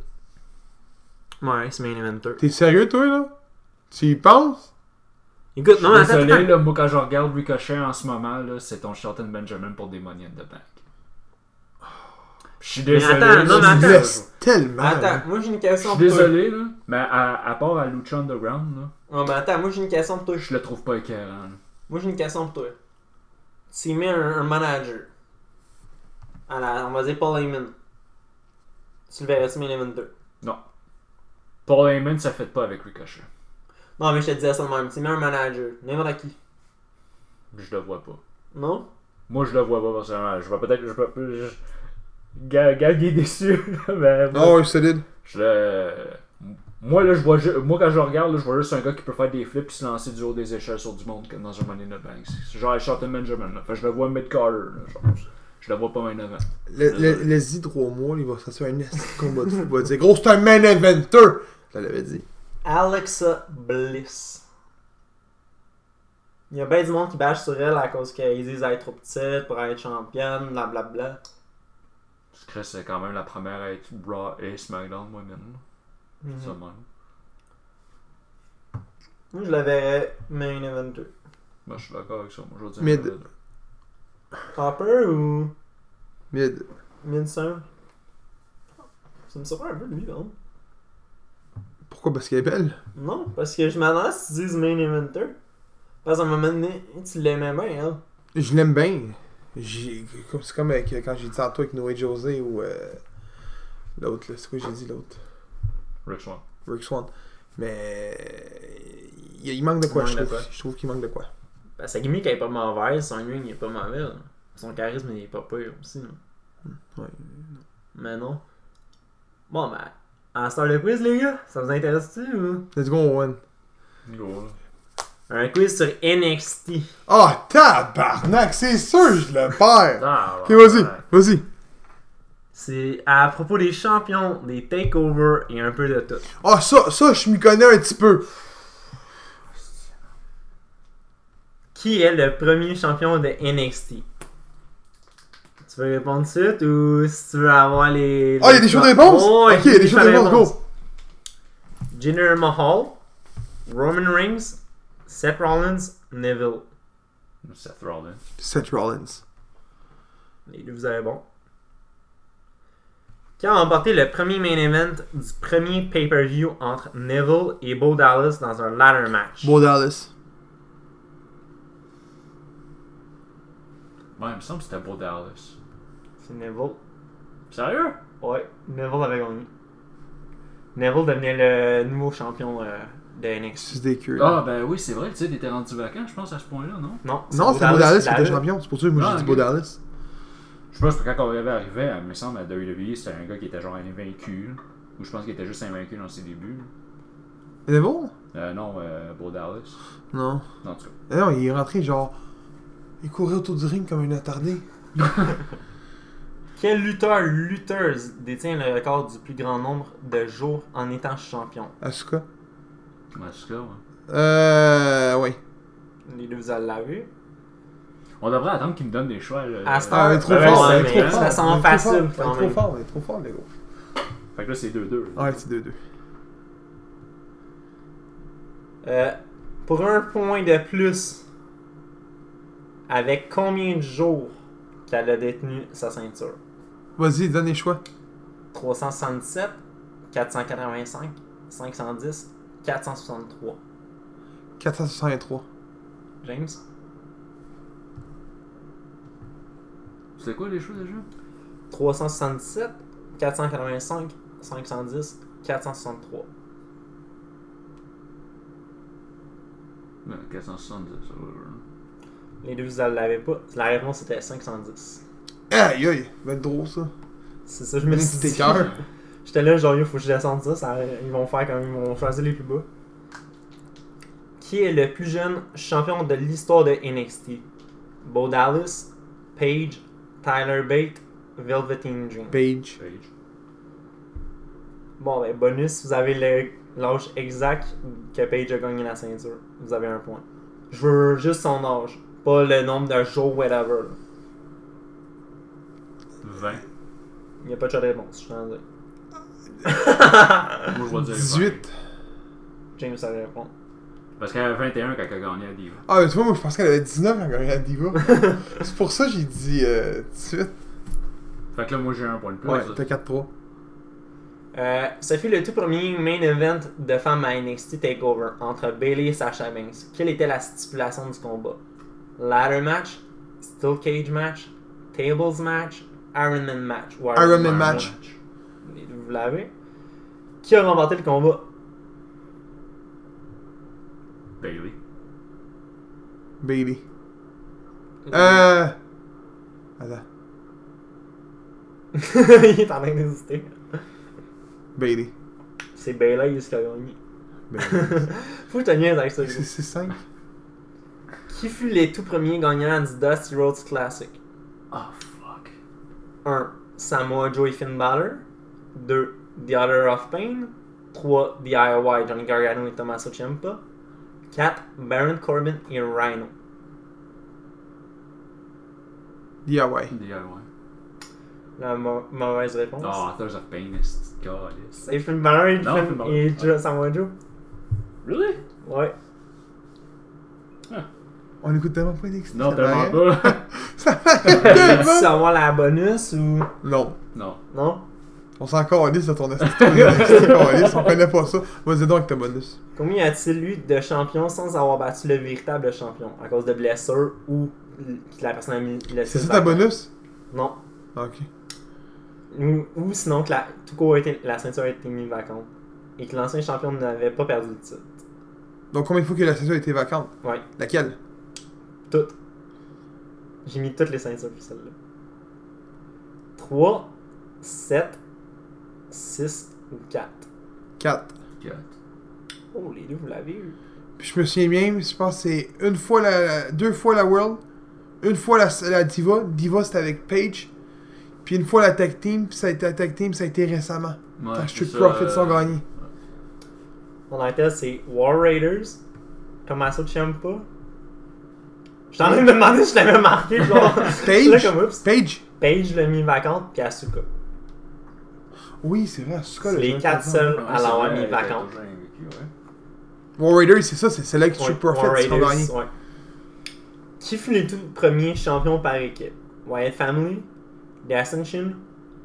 [SPEAKER 2] Ouais, c'est main inventor.
[SPEAKER 1] T'es sérieux, toi, là? Tu y penses?
[SPEAKER 2] Écoute, non, mais attends,
[SPEAKER 3] Désolé,
[SPEAKER 2] attends.
[SPEAKER 3] là, moi, quand je regarde Ricochet en ce moment, là, c'est ton Shelton Benjamin pour des Money in the Bank. Je suis désolé.
[SPEAKER 2] attends,
[SPEAKER 3] là,
[SPEAKER 2] non, mais
[SPEAKER 3] je-
[SPEAKER 1] Tu
[SPEAKER 2] attends.
[SPEAKER 1] laisses tellement. là.
[SPEAKER 2] Attends, moi j'ai une
[SPEAKER 3] Ah, Je
[SPEAKER 2] question
[SPEAKER 3] suis
[SPEAKER 2] pour toi.
[SPEAKER 3] désolé, là, mais à, à part à Lucha Underground, là,
[SPEAKER 2] Ouais, mais attends, moi j'ai une question pour toi.
[SPEAKER 3] je le trouve pas écœurant. là.
[SPEAKER 2] Moi j'ai une question pour toi. Tu y mets un, un manager. À la- on va dire Paul Heyman. Tu le verrais-tu main event 2?
[SPEAKER 3] Paul Heyman, ça fait pas avec Ricochet.
[SPEAKER 2] Non mais je te disais ça de même. Tu y mets un manager. N'importe qui.
[SPEAKER 3] Je le vois pas.
[SPEAKER 2] Non?
[SPEAKER 3] Moi, je le vois pas personnellement. Je vais peut-être. Je vais je... Gag Gag est déçu, <laughs> là, mais. moi,
[SPEAKER 1] Oh, ouais, solide.
[SPEAKER 3] Je le. Moi, là, je vois ju- Moi, quand je regarde, là, je vois juste un gars qui peut faire des flips et se lancer du haut des échelles sur du monde comme dans un Money in the Bank. C'est genre Shelton Benjamin. Là. Fait que je le vois mid-carter. là, genre. Je le vois pas main event.
[SPEAKER 1] Le,
[SPEAKER 2] Euh,
[SPEAKER 1] le, les y trois mois, il va s'assurer un esti de combat de fou. Il va dire Gros, c'est un main eventer Je l'avais dit.
[SPEAKER 2] Alexa Bliss. Il y a bien du monde qui bâche sur elle à cause qu'ils disent être trop petite pour être championne, blablabla.
[SPEAKER 3] Parce que c'est quand même la première à être Raw et SmackDown Women.
[SPEAKER 2] Mhm.
[SPEAKER 3] Ça même.
[SPEAKER 2] Moi je le verrais main event 2.
[SPEAKER 3] Moi, je suis d'accord avec ça. Moi, je veux dire.
[SPEAKER 5] euh,
[SPEAKER 1] Mid.
[SPEAKER 2] Hopper ou
[SPEAKER 1] Mid.
[SPEAKER 2] Mincer? Ça me surprend un peu lui, non?
[SPEAKER 1] Pourquoi Parce qu'elle est belle.
[SPEAKER 2] Non, parce que je m'attendais à ce que tu dises main eventer. Parce qu'à un moment donné, tu l'aimais bien, hein. elle.
[SPEAKER 1] Je l'aime bien. J'ai- comme- C'est comme avec- quand j'ai dit tantôt avec Noé José ou euh, l'autre. là. C'est quoi que j'ai dit l'autre
[SPEAKER 3] Rick Swan.
[SPEAKER 1] Rick Swan. Mais il, il manque de quoi,
[SPEAKER 2] Il
[SPEAKER 1] je
[SPEAKER 2] manque de
[SPEAKER 1] trouve.
[SPEAKER 2] quoi.
[SPEAKER 1] Je trouve qu'il manque de quoi.
[SPEAKER 2] Ben, sa gimmick elle est pas mauvaise, son ring il est pas mauvais. là. Son charisme, il est pas pire aussi. non?
[SPEAKER 1] Ouais.
[SPEAKER 2] Mais non. Bon, ben, en star le quiz, les gars, ça vous intéresse-tu ou?
[SPEAKER 1] Let's go, Owen.
[SPEAKER 5] Go, là.
[SPEAKER 2] Un quiz sur NXT.
[SPEAKER 1] Ah, tabarnak, c'est sûr, je le perds.
[SPEAKER 5] Ah,
[SPEAKER 1] Ok,
[SPEAKER 5] ouais,
[SPEAKER 1] vas-y,
[SPEAKER 5] ouais.
[SPEAKER 1] vas-y.
[SPEAKER 2] C'est à propos des champions, des takeovers et un peu de tout.
[SPEAKER 1] Ah, ça, ça, je m'y connais un petit peu.
[SPEAKER 2] Qui est le premier champion de NXT? Tu veux répondre suite ou si tu veux avoir les.
[SPEAKER 1] Ah, il y a des choix de réponse?
[SPEAKER 2] Oh,
[SPEAKER 1] ok, il y a des choix de réponse,
[SPEAKER 2] réponses.
[SPEAKER 1] go.
[SPEAKER 2] Jinder Mahal, Roman Reigns, Seth Rollins, Neville.
[SPEAKER 5] Seth Rollins.
[SPEAKER 1] Seth Rollins.
[SPEAKER 2] Les deux, vous avez bon. Qui a remporté le premier main event du premier pay-per-view entre Neville et Bo Dallas dans un ladder match?
[SPEAKER 1] Bo Dallas.
[SPEAKER 5] Ouais, il me semble que c'était Bo Dallas.
[SPEAKER 2] C'est Neville.
[SPEAKER 5] Sérieux?
[SPEAKER 2] Ouais, Neville avait gagné. Neville devenait le nouveau champion euh, de NXT.
[SPEAKER 1] C'est des queues.
[SPEAKER 5] Ah, ben oui, c'est vrai, tu sais, t'étais rendu vacant, je pense, à ce point-là, non?
[SPEAKER 2] Non,
[SPEAKER 1] Non, c'est Bo Dallas qui était champion. C'est pour ça que moi
[SPEAKER 5] Ah,
[SPEAKER 1] j'ai dit
[SPEAKER 5] ok.
[SPEAKER 1] Bo Dallas.
[SPEAKER 5] Je pense que quand on avait arrivé, il me semble, à WWE, c'était un gars qui était genre invaincu. là. Ou je pense qu'il était juste invaincu dans ses débuts. là.
[SPEAKER 1] Neville
[SPEAKER 5] Euh, non, euh, Bo Dallas.
[SPEAKER 1] Non.
[SPEAKER 5] En tout cas.
[SPEAKER 1] Ah Non, il est rentré genre. Il courait autour du ring comme un attardé.
[SPEAKER 2] Quel lutteur, lutteuse détient le record du plus grand nombre de jours en étant champion?
[SPEAKER 1] Asuka.
[SPEAKER 5] Ouais, Ben, c'est ça, ouais.
[SPEAKER 1] Euh. Ouais.
[SPEAKER 2] Les deux, vous l'avez.
[SPEAKER 5] On devrait attendre qu'il me donne des choix. là.
[SPEAKER 2] À ce
[SPEAKER 1] Ah, il est trop
[SPEAKER 5] ouais,
[SPEAKER 1] fort,
[SPEAKER 5] c'est
[SPEAKER 1] il est trop
[SPEAKER 5] vrai,
[SPEAKER 1] fort.
[SPEAKER 2] ça sent
[SPEAKER 1] il est trop
[SPEAKER 2] facile,
[SPEAKER 1] fort, Il
[SPEAKER 2] quand
[SPEAKER 1] est
[SPEAKER 2] même.
[SPEAKER 1] trop fort, il est trop fort, le gars.
[SPEAKER 5] Fait que là, c'est 2-2. là.
[SPEAKER 1] Ah, ouais, c'est 2-2.
[SPEAKER 2] Euh, pour un point de plus, avec combien de jours qu'elle a détenu sa ceinture?
[SPEAKER 1] Vas-y, donne les choix.
[SPEAKER 2] 367, 485, 510, 463.
[SPEAKER 1] 463.
[SPEAKER 2] James?
[SPEAKER 5] C'était quoi les choix déjà?
[SPEAKER 2] 367, 485, 510, 463.
[SPEAKER 5] Ouais, 470. ça va, là.
[SPEAKER 2] Les deux, vous ne l'avez pas. La réponse était 510.
[SPEAKER 1] Aïe aïe, va être drôle ça.
[SPEAKER 2] C'est ça, je me suis dit.
[SPEAKER 1] cœur.
[SPEAKER 2] <laughs> J'étais là, genre, il faut que je descende ça, ça- Ils vont faire comme ils vont choisir les plus bas. Qui est le plus jeune champion de l'histoire de NXT Bo Dallas, Paige, Tyler Bate, Velveteen Dream.
[SPEAKER 1] Page.
[SPEAKER 5] Page.
[SPEAKER 2] Bon, ben, bonus, vous avez le- l'âge exact que Paige a gagné la ceinture. Vous avez un point. Je veux juste son âge, pas le nombre de jours, whatever. là.
[SPEAKER 5] 20.
[SPEAKER 2] Il n'y a pas de choix de réponse, je suis en train de dire.
[SPEAKER 5] Moi, je vais dire
[SPEAKER 1] 18.
[SPEAKER 2] James, ça répond.
[SPEAKER 5] 20. Parce qu'elle avait 21 quand elle a gagné à Diva.
[SPEAKER 1] Ah, mais tu vois, moi je pensais qu'elle avait 19 quand elle regardait la
[SPEAKER 2] <laughs>
[SPEAKER 1] Diva. c'est pour ça que j'ai dit euh, 18.
[SPEAKER 5] Fait que là, moi, j'ai un point de plus.
[SPEAKER 1] Ouais,
[SPEAKER 5] là.
[SPEAKER 1] t'as 4-3.
[SPEAKER 2] <laughs> Euh, ce fut le tout premier main event de femmes à NXT TakeOver entre Bailey et Sasha Banks. Quelle était la stipulation du combat Ladder match, Steel Cage match, Tables match, Iron Man match. ou
[SPEAKER 1] Iron Man
[SPEAKER 5] Ouais,
[SPEAKER 1] match.
[SPEAKER 2] Les deux, Vous l'avez. Qui a remporté le combat
[SPEAKER 5] Bailey.
[SPEAKER 1] Bailey. Euh. Attends.
[SPEAKER 2] <laughs> Il est en train d'hésiter.
[SPEAKER 1] Bailey.
[SPEAKER 2] C'est Bailey qui a gagné.
[SPEAKER 1] Bailey.
[SPEAKER 2] <laughs> Faut que je te niaise avec ça.
[SPEAKER 1] c'est 5.
[SPEAKER 2] <laughs> Qui fut les tout premiers gagnants du Dusty Rhodes Classic
[SPEAKER 5] Oh, fuck.
[SPEAKER 2] 1. Samoa Joe et Finn Balor. 2. The Other of Pain. 3. DIY Johnny Gargano et Tommaso Ciampa. 4. Baron Corbin et Rhino.
[SPEAKER 1] DIY.
[SPEAKER 5] DIY.
[SPEAKER 2] La mau- mauvaise réponse.
[SPEAKER 5] Oh, Authors of Pain, est-ce que calisse.
[SPEAKER 2] C'est Finn Balor et,
[SPEAKER 5] Non,
[SPEAKER 2] Finn-
[SPEAKER 5] Finn Balor.
[SPEAKER 2] et
[SPEAKER 5] Ouais.
[SPEAKER 2] Jo- Samoa Joe.
[SPEAKER 5] Really?
[SPEAKER 2] Ouais.
[SPEAKER 1] On écoute tellement pas NXT.
[SPEAKER 5] Non,
[SPEAKER 1] ça
[SPEAKER 5] tellement
[SPEAKER 1] paraît. <laughs>
[SPEAKER 5] pas. <laughs>
[SPEAKER 1] Ça paraît
[SPEAKER 2] Tu veux
[SPEAKER 1] tellement.
[SPEAKER 2] savoir la bonus ou.
[SPEAKER 1] Non.
[SPEAKER 5] non.
[SPEAKER 2] Non
[SPEAKER 1] On s'en calisse de ton astuce. on connaît pas ça. Vas-y donc avec ta bonus.
[SPEAKER 2] Combien y a-t-il eu de champions sans avoir battu le véritable champion À cause de blessure ou l- que la personne a mis le
[SPEAKER 1] C'est
[SPEAKER 2] titre
[SPEAKER 1] ça ta
[SPEAKER 2] vacant?
[SPEAKER 1] bonus?
[SPEAKER 2] Non.
[SPEAKER 1] Ah, Ok.
[SPEAKER 2] Ou, ou sinon que la, tout court a été- la ceinture a été mise vacante et que l'ancien champion n'avait pas perdu le titre.
[SPEAKER 1] Donc combien de fois que la saison a été vacante?
[SPEAKER 2] Ouais,
[SPEAKER 1] Laquelle?
[SPEAKER 2] toutes. J'ai mis toutes les ceintures pour celle-là. 3, 7, 6 ou 4.
[SPEAKER 1] 4.
[SPEAKER 2] Oh, les deux, vous l'avez eu.
[SPEAKER 1] Puis je me souviens bien, je pense que c'est une fois la, la- deux fois la World, une fois la, la Diva, Diva c'était avec Paige, puis une fois la Tag Team, puis ça a été la Tag Team, ça a été récemment.
[SPEAKER 5] Ouais,
[SPEAKER 1] quand Street
[SPEAKER 5] c'est ça,
[SPEAKER 1] Profits
[SPEAKER 5] euh,
[SPEAKER 1] sont gagnés.
[SPEAKER 2] Mon artiste, c'est War Raiders, Tommaso Ciampa. Je t'en ai de me demander si je l'avais marqué, genre.
[SPEAKER 1] Paige?
[SPEAKER 2] <laughs> Là, comme oups.
[SPEAKER 1] Paige?
[SPEAKER 2] Paige l'a mis vacante, puis Asuka.
[SPEAKER 1] Oui, c'est vrai, c'est quoi
[SPEAKER 2] C'est
[SPEAKER 1] le
[SPEAKER 2] les
[SPEAKER 1] jeu?
[SPEAKER 2] 4 seuls à
[SPEAKER 4] c'est
[SPEAKER 2] l'avoir
[SPEAKER 4] vrai,
[SPEAKER 2] mis
[SPEAKER 4] elle était
[SPEAKER 2] vacante.
[SPEAKER 4] toujours invaincue, ouais.
[SPEAKER 1] War Raiders, c'est ça, c'est celle-là que Street
[SPEAKER 2] Ouais, War
[SPEAKER 1] Profits sont
[SPEAKER 2] Raiders,
[SPEAKER 1] gagnés.
[SPEAKER 2] ouais. Qui fut les tout premiers champions par équipe Wyatt Family, The Ascension,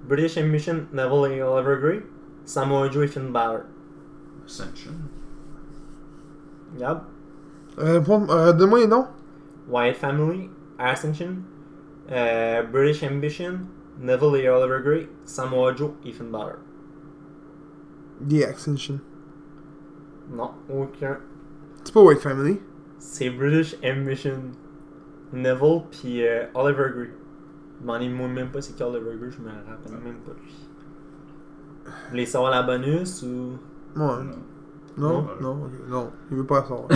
[SPEAKER 2] British Ambition, Neville et Oliver Gray, Samoa Joe et Finn Balor.
[SPEAKER 5] Ascension.
[SPEAKER 2] Regarde.
[SPEAKER 1] Euh, bon, euh, Donne-moi les noms.
[SPEAKER 2] Wyatt Family, Ascension, euh, British Ambition, Neville et Oliver Gray, Samoa Joe et Finn Balor.
[SPEAKER 1] The Ascension.
[SPEAKER 2] Non, aucun.
[SPEAKER 1] C'est pas White Family.
[SPEAKER 2] C'est British Ambition, Neville puis euh, Oliver Gray. Demandez-moi même pas c'est qui Oliver Gray, je me
[SPEAKER 1] Ah.
[SPEAKER 2] rappelle même pas de lui. Vous voulez savoir la bonus ou.
[SPEAKER 1] Ouais. Non,
[SPEAKER 5] Non.
[SPEAKER 1] non, ok, non, il veut pas savoir.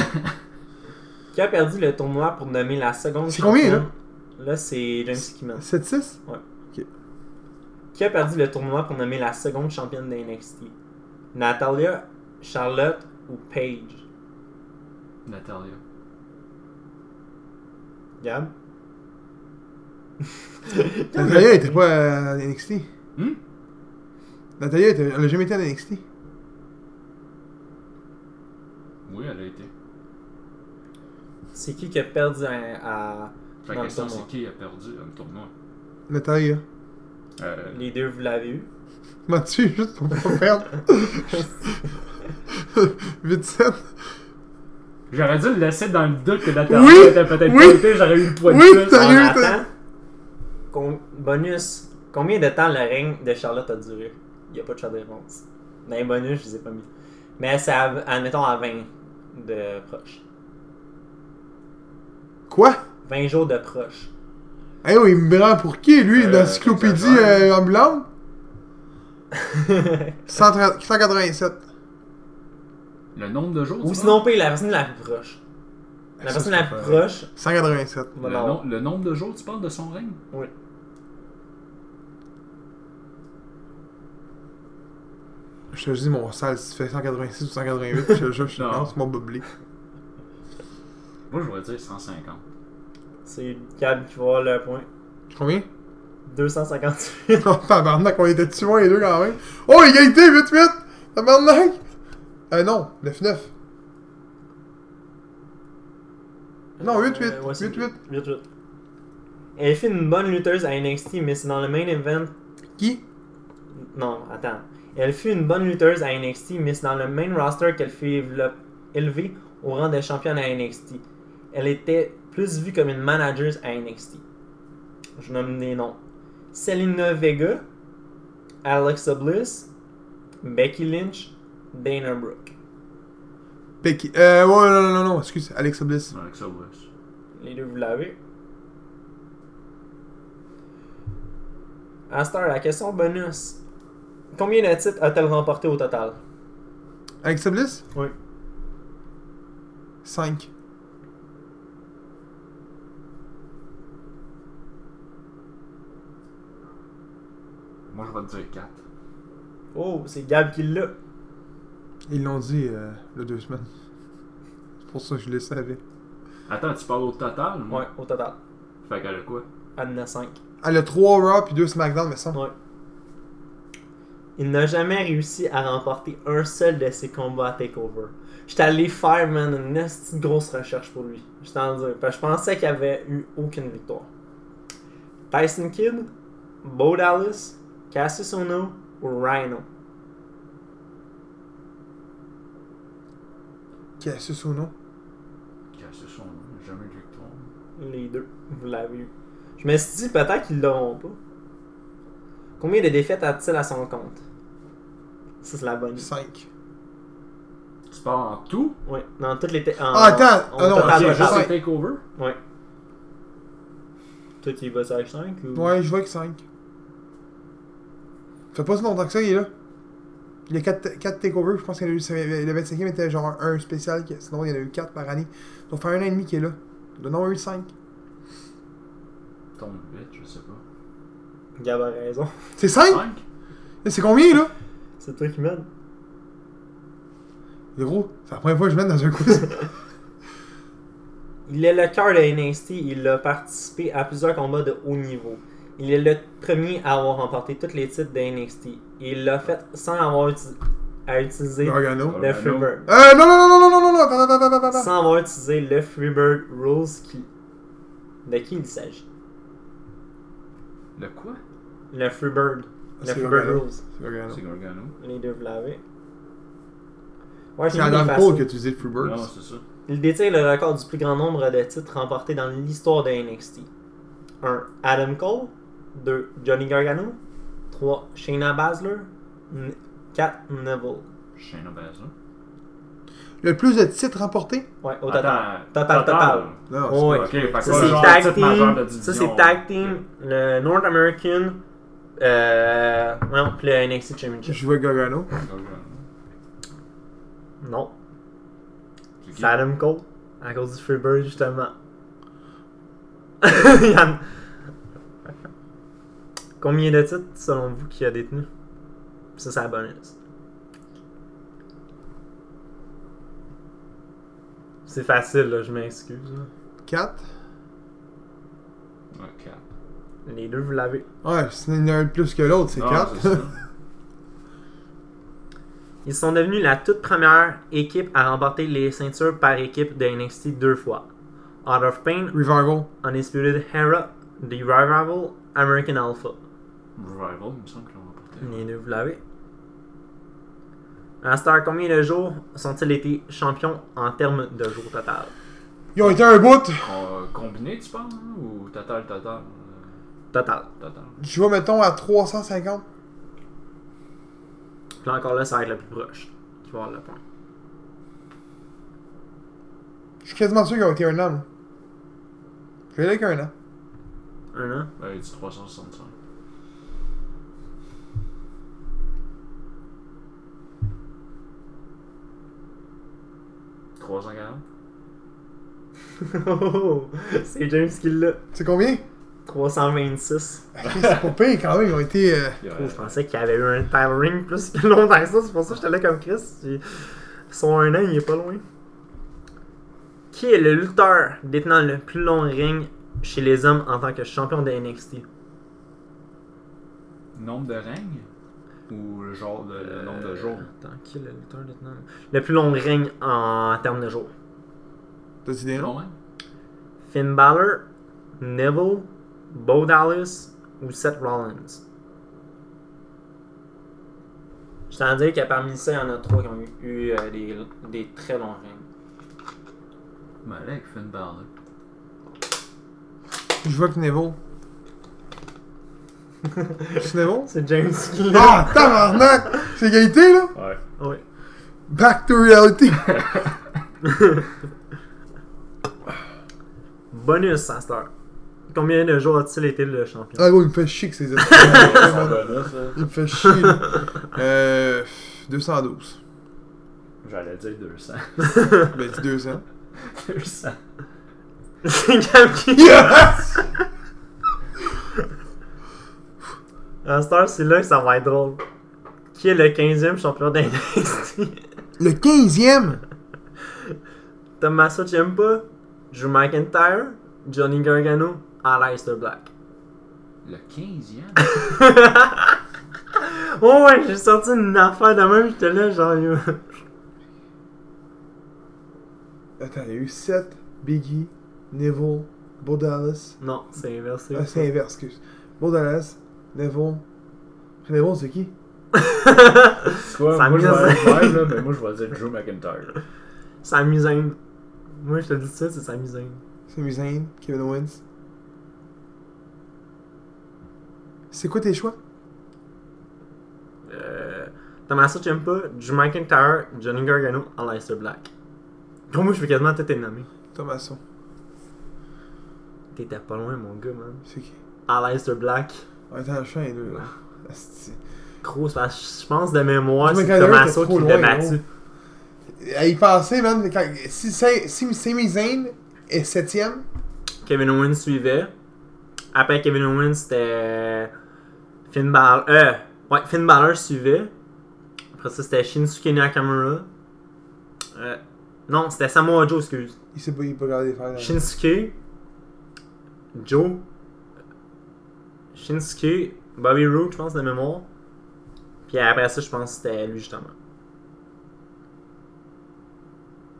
[SPEAKER 2] Qui a perdu le tournoi pour nommer la seconde
[SPEAKER 1] C'est combien,
[SPEAKER 2] championne? Là, c'est James Kimmel.
[SPEAKER 1] 7-6?
[SPEAKER 2] Qui a perdu le tournoi pour nommer la seconde championne de NXT Natalia, Charlotte ou Paige
[SPEAKER 5] <laughs> Natalia.
[SPEAKER 2] Gab
[SPEAKER 1] Natalia était pas euh, à NXT.
[SPEAKER 5] Hmm?
[SPEAKER 1] Natalia, était- elle a jamais été à NXT.
[SPEAKER 5] Oui, elle a été.
[SPEAKER 2] C'est qui qui a perdu à. à-
[SPEAKER 5] La
[SPEAKER 2] Dans le
[SPEAKER 5] question,
[SPEAKER 2] tournoi.
[SPEAKER 5] c'est qui a perdu dans le tournoi
[SPEAKER 1] Natalia.
[SPEAKER 5] euh,
[SPEAKER 2] Les deux, vous l'avez eu.
[SPEAKER 1] M'as tué <laughs> juste pour pas perdre. 8-7.
[SPEAKER 5] J'aurais dû le laisser dans le doute que Natalia
[SPEAKER 1] Oui!
[SPEAKER 5] était peut-être
[SPEAKER 1] Oui!
[SPEAKER 5] pas été, j'aurais eu le poids
[SPEAKER 1] Oui,
[SPEAKER 5] de plus.
[SPEAKER 1] t'as-
[SPEAKER 2] On
[SPEAKER 1] Sérieux,
[SPEAKER 2] attend.
[SPEAKER 1] t'as-
[SPEAKER 2] Com- bonus. Combien de temps le règne de Charlotte a duré Il n'y a pas de choix de réponse. Dans les bonus, je les ai pas mis. Mais c'est, à, admettons, à 20 de proche.
[SPEAKER 1] Quoi?
[SPEAKER 2] 20 jours de proche.
[SPEAKER 1] Eh oui, il me prend pour qui, lui?
[SPEAKER 5] Euh,
[SPEAKER 1] L'encyclopédie
[SPEAKER 5] exagère.
[SPEAKER 1] euh, ambulante? 130 187.
[SPEAKER 5] Le nombre de jours
[SPEAKER 2] Ou
[SPEAKER 5] tu
[SPEAKER 2] sinon, paye la personne la plus proche. La
[SPEAKER 1] Ça,
[SPEAKER 2] personne
[SPEAKER 1] c'est
[SPEAKER 2] la
[SPEAKER 1] pas
[SPEAKER 2] plus
[SPEAKER 1] vrai.
[SPEAKER 2] proche
[SPEAKER 1] 187.
[SPEAKER 5] parles?
[SPEAKER 2] va
[SPEAKER 5] le,
[SPEAKER 2] l'avoir.
[SPEAKER 5] nom- le nombre de jours, tu parles de son règne
[SPEAKER 2] Oui.
[SPEAKER 1] Je te dis, mon sale, si tu fais 186 ou 188, je te jure, je te
[SPEAKER 5] Non.
[SPEAKER 1] lance mon boblé.
[SPEAKER 5] Moi, je voudrais dire 150.
[SPEAKER 2] C'est Gab qui va avoir le point.
[SPEAKER 1] <laughs> Combien?
[SPEAKER 2] 258.
[SPEAKER 1] Oh, tabarnak, on était tu loin les deux quand même. Oh, égalité, 8-8! Tabarnak! Euh, non, 9-9. <laughs> Non, 8-8.
[SPEAKER 2] Euh, ouais, c'est
[SPEAKER 1] 8-8.
[SPEAKER 2] 8-8. Elle fait une bonne lutteuse à NXT, mais c'est dans le main event
[SPEAKER 1] Qui?
[SPEAKER 2] Non, attends. Elle fut une bonne lutteuse à NXT, mais c'est dans le main roster qu'elle fut évo- élevée au rang de championne à NXT. Elle était plus vue comme une manager à NXT. Je nomme des noms. Selena Vega, Alexa Bliss, Becky Lynch, Dana Brooke.
[SPEAKER 1] Becky. Euh, ouais, non, non, non, non, excuse, Alexa Bliss.
[SPEAKER 5] Avec ça, West.
[SPEAKER 2] Les deux, vous l'avez. Astor, la question bonus. Combien de titres a-t-elle remporté au total?
[SPEAKER 1] Alexa Bliss?
[SPEAKER 2] Oui.
[SPEAKER 1] 5.
[SPEAKER 5] Moi, je vais te dire 4.
[SPEAKER 2] Oh, c'est Gab qui l'a.
[SPEAKER 1] Ils l'ont dit, euh, il y a deux semaines. C'est pour ça que je le savais.
[SPEAKER 5] Attends, tu parles au total moi?
[SPEAKER 2] Ouais, au total.
[SPEAKER 5] Fait qu'elle a quoi
[SPEAKER 2] Elle en a 5.
[SPEAKER 1] Elle a 3 Raw puis 2 SmackDown, mais ça.
[SPEAKER 2] Ouais. Il n'a jamais réussi à remporter un seul de ses combats à TakeOver. J'étais allé faire, man, une esti de grosse recherche pour lui. Je t'en dis. Parce que je pensais qu'il avait eu aucune victoire. Tyson Kidd, Bo Dallas, Cassius Ono ou Rhino.
[SPEAKER 1] Cassius ou non?
[SPEAKER 5] Casse son nom, jamais de victoire.
[SPEAKER 2] Les deux, vous l'avez eu. Je me suis dit peut-être qu'ils l'auront pas. Combien de défaites a-t-il à son compte? Ça, c'est la bonne.
[SPEAKER 1] 5.
[SPEAKER 5] Tu parles en tout
[SPEAKER 2] Ouais, dans toutes les. t- en-
[SPEAKER 1] Ah, attends!
[SPEAKER 2] en
[SPEAKER 1] Ah non,
[SPEAKER 2] total,
[SPEAKER 1] ok,
[SPEAKER 2] total.
[SPEAKER 5] Juste
[SPEAKER 1] ouais.
[SPEAKER 5] au takeover
[SPEAKER 2] Ouais. Toi, tu y vas avec 5 ou.
[SPEAKER 1] Ouais, je vois que 5. Fait pas si longtemps que ça, il est là. Il y a 4, takeovers, je pense que le 25e était genre un spécial, que- sinon il y en a eu 4 par année. Donc, fait un an et demi qu'il est là. Il en a eu 5.
[SPEAKER 5] Tombe vite, je sais pas.
[SPEAKER 2] Gab a raison. <laughs>
[SPEAKER 1] C'est 5
[SPEAKER 5] 5
[SPEAKER 1] C'est combien là
[SPEAKER 2] C'est toi qui mène.
[SPEAKER 1] Le gros, c'est la première fois que je mène dans
[SPEAKER 5] <laughs>
[SPEAKER 1] un quiz.
[SPEAKER 2] Il est le cœur de NXT. Il a participé à plusieurs combats de haut niveau. Il est le premier à avoir remporté tous les titres de NXT. Il l'a fait sans avoir uti- à utiliser
[SPEAKER 1] Gargano.
[SPEAKER 2] le Freebird.
[SPEAKER 5] Ah
[SPEAKER 1] Euh, non, non, non, non, non, non, non, non, attends, attends, attends, attends.
[SPEAKER 2] Sans avoir utilisé le Freebird Rules qui... de qui il s'agit.
[SPEAKER 5] Le quoi
[SPEAKER 2] Le Freebird. Le
[SPEAKER 1] C'est
[SPEAKER 2] Freebird
[SPEAKER 1] Gargano.
[SPEAKER 2] Rules.
[SPEAKER 1] C'est Gargano.
[SPEAKER 5] C'est Gargano.
[SPEAKER 2] Les deux, vous l'avez. Ouais,
[SPEAKER 1] C'est dans
[SPEAKER 2] une
[SPEAKER 1] le
[SPEAKER 2] des façons.
[SPEAKER 1] pôle que tu dis le Freebirds.
[SPEAKER 5] Non, c'est ça.
[SPEAKER 2] Il détient le record du plus grand nombre de titres remportés dans l'histoire de NXT. 1. Adam Cole. 2. Johnny Gargano. 3. Shayna Baszler. 4. Neville.
[SPEAKER 5] Shayna Baszler.
[SPEAKER 1] Le plus de titres remportés
[SPEAKER 2] Ouais, au total.
[SPEAKER 5] Attends.
[SPEAKER 2] Total, total.
[SPEAKER 1] Non,
[SPEAKER 2] Ouais.
[SPEAKER 5] Ok, fait que
[SPEAKER 2] Ça,
[SPEAKER 5] pas
[SPEAKER 2] c'est
[SPEAKER 5] genre
[SPEAKER 2] tag
[SPEAKER 5] titre
[SPEAKER 2] team.
[SPEAKER 5] majeur de division.
[SPEAKER 2] Ça, c'est tag team, le North American, euh, non, puis le NXT
[SPEAKER 1] c'est-
[SPEAKER 2] Championship.
[SPEAKER 1] Je vois Gargano.
[SPEAKER 5] Gargano.
[SPEAKER 2] Non,
[SPEAKER 5] C'est qui?
[SPEAKER 2] c'est Adam Cole, à cause du Freebird, justement. <laughs> Il y en- Combien de titres, selon vous, qu'il a détenu? Ça, c'est la bonus. C'est facile, là, je m'excuse. là.
[SPEAKER 1] 4.
[SPEAKER 5] Ouais, quatre.
[SPEAKER 2] Les deux, vous l'avez.
[SPEAKER 1] Ouais, c'est une un de plus que l'autre, c'est
[SPEAKER 5] Ah,
[SPEAKER 1] 4.
[SPEAKER 5] c'est ça.
[SPEAKER 2] Ils sont devenus la toute première équipe à remporter les ceintures par équipe de NXT deux fois. Out of Pain,
[SPEAKER 1] <laughs> Revival.
[SPEAKER 2] Undisputed Era, The Revival, American Alpha.
[SPEAKER 5] Revival, il me semble qu'ils l'ont remporté.
[SPEAKER 2] <laughs> Les deux, vous l'avez. À Star, combien de jours sont-ils été champions en termes de jours total?
[SPEAKER 1] Ils ont été un bout.
[SPEAKER 5] Euh, combiné, tu parles hein, Ou total, total euh,
[SPEAKER 2] Total.
[SPEAKER 5] Total.
[SPEAKER 1] Je vois, mettons, à 350.
[SPEAKER 2] Puis là encore là, ça va être le plus proche. Tu vas avoir le point.
[SPEAKER 1] Je suis quasiment sûr qu'ils ont été un an. là. Je vais aller avec un an.
[SPEAKER 2] Un an. <laughs>
[SPEAKER 5] Ouais, il dit 365. Trois cent quarante?
[SPEAKER 2] C'est James qui l'a.
[SPEAKER 1] C'est combien <laughs>
[SPEAKER 2] 326.
[SPEAKER 1] Ok, C'est pas pire quand même, ils ont été. euh,
[SPEAKER 5] Il y a-
[SPEAKER 2] Je pensais qu'il y avait eu un time ring plus que longtemps que ça, c'est pour ça que j'étais là comme Chris. Puis, Son un an, il est pas loin. Qui est le lutteur détenant le plus long ring chez les hommes en tant que champion de NXT
[SPEAKER 5] Nombre de règnes Ou le genre de le nombre de
[SPEAKER 2] Euh,
[SPEAKER 5] jours
[SPEAKER 2] Attends, qui est le lutteur détenant le plus long ring en termes de jours
[SPEAKER 1] T'as-tu des noms
[SPEAKER 5] Non, hein?
[SPEAKER 2] Finn Balor, Neville, Bo Dallas ou Seth Rollins Je t'en dire que parmi ça, il y en a trois qui ont eu, eu, euh, des, des très longs rings.
[SPEAKER 5] Ben, allez, avec Finn Balor. <laughs>
[SPEAKER 1] Je vois que Neville. <laughs> C'est Neville
[SPEAKER 2] C'est <laughs> James qui
[SPEAKER 1] Ah, tabarnak C'est égalité là
[SPEAKER 4] Ouais.
[SPEAKER 2] Ouais.
[SPEAKER 1] Back to reality
[SPEAKER 2] <laughs> Bonus à cette heure. Combien de jours a-t-il été le champion
[SPEAKER 1] Ah, gros, il me fait chier que ces
[SPEAKER 4] C'est un
[SPEAKER 1] esprits.
[SPEAKER 4] bonus, là.
[SPEAKER 1] Il me fait chier. là. Euh. 212.
[SPEAKER 5] J'allais dire <laughs> 200.
[SPEAKER 2] <laughs>
[SPEAKER 1] Ben, dis 200.
[SPEAKER 5] 200.
[SPEAKER 2] C'est Gab qui.
[SPEAKER 1] Yes
[SPEAKER 2] À cette heure, c'est là que ça va être drôle. Qui est le 15e champion <laughs> d'NXT
[SPEAKER 1] Le 15ème
[SPEAKER 2] Tommaso Ciampa, Drew McIntyre, Johnny Gargano, Aleister Black.
[SPEAKER 5] Le 15e?
[SPEAKER 2] Oh ouais, j'ai sorti une affaire de même, j'étais là, genre. yo. <laughs>
[SPEAKER 1] Attends, il y a eu 7, Biggie, Neville, Bo Dallas.
[SPEAKER 2] Non, c'est inversé. <laughs>
[SPEAKER 1] Ah, c'est inverse, excuse. Bo Dallas, Neville. Neville, c'est qui
[SPEAKER 4] C'est quoi?
[SPEAKER 2] Ça
[SPEAKER 4] moi, je
[SPEAKER 2] m'amuse.
[SPEAKER 4] vais être même, là, mais moi, je vais dire Drew McIntyre.
[SPEAKER 2] C'est amusant. Moi, je te dis ça, c'est amusant.
[SPEAKER 1] C'est Zayn, Kevin Owens. C'est quoi tes choix
[SPEAKER 2] Euh, Tommaso Ciampa, Drew McIntyre, Johnny Gargano, Aleister Black. Gros, moi, je peux quasiment tout nommer.
[SPEAKER 1] Thomason.
[SPEAKER 2] T'étais pas loin, mon gars, man.
[SPEAKER 1] C'est qui
[SPEAKER 2] Aleister Black.
[SPEAKER 1] Attends, je les deux, là. Asti.
[SPEAKER 2] Gros, c'est parce que je pense de mémoire,
[SPEAKER 1] Mais
[SPEAKER 2] c'est
[SPEAKER 1] quand il y a un,
[SPEAKER 2] Tommaso
[SPEAKER 1] t'es
[SPEAKER 2] qui
[SPEAKER 1] trop
[SPEAKER 2] l'a
[SPEAKER 1] loin,
[SPEAKER 2] battu.
[SPEAKER 1] À y penser, Eh, man, quand, si, si, si Sami Zayn est septième,
[SPEAKER 2] Kevin Owens suivait. Après Kevin Owens, c'était euh, Finn Balor. Euh, ouais, Finn Balor suivait. Après ça, c'était Shinsuke Nakamura. Euh, non, c'était Samoa Joe, excuse.
[SPEAKER 1] il sait pas, il peut regarder faire. là.
[SPEAKER 2] Shinsuke, Joe, Shinsuke, Bobby Roode, je pense, de mémoire. Puis après ça, je pense que c'était lui, justement.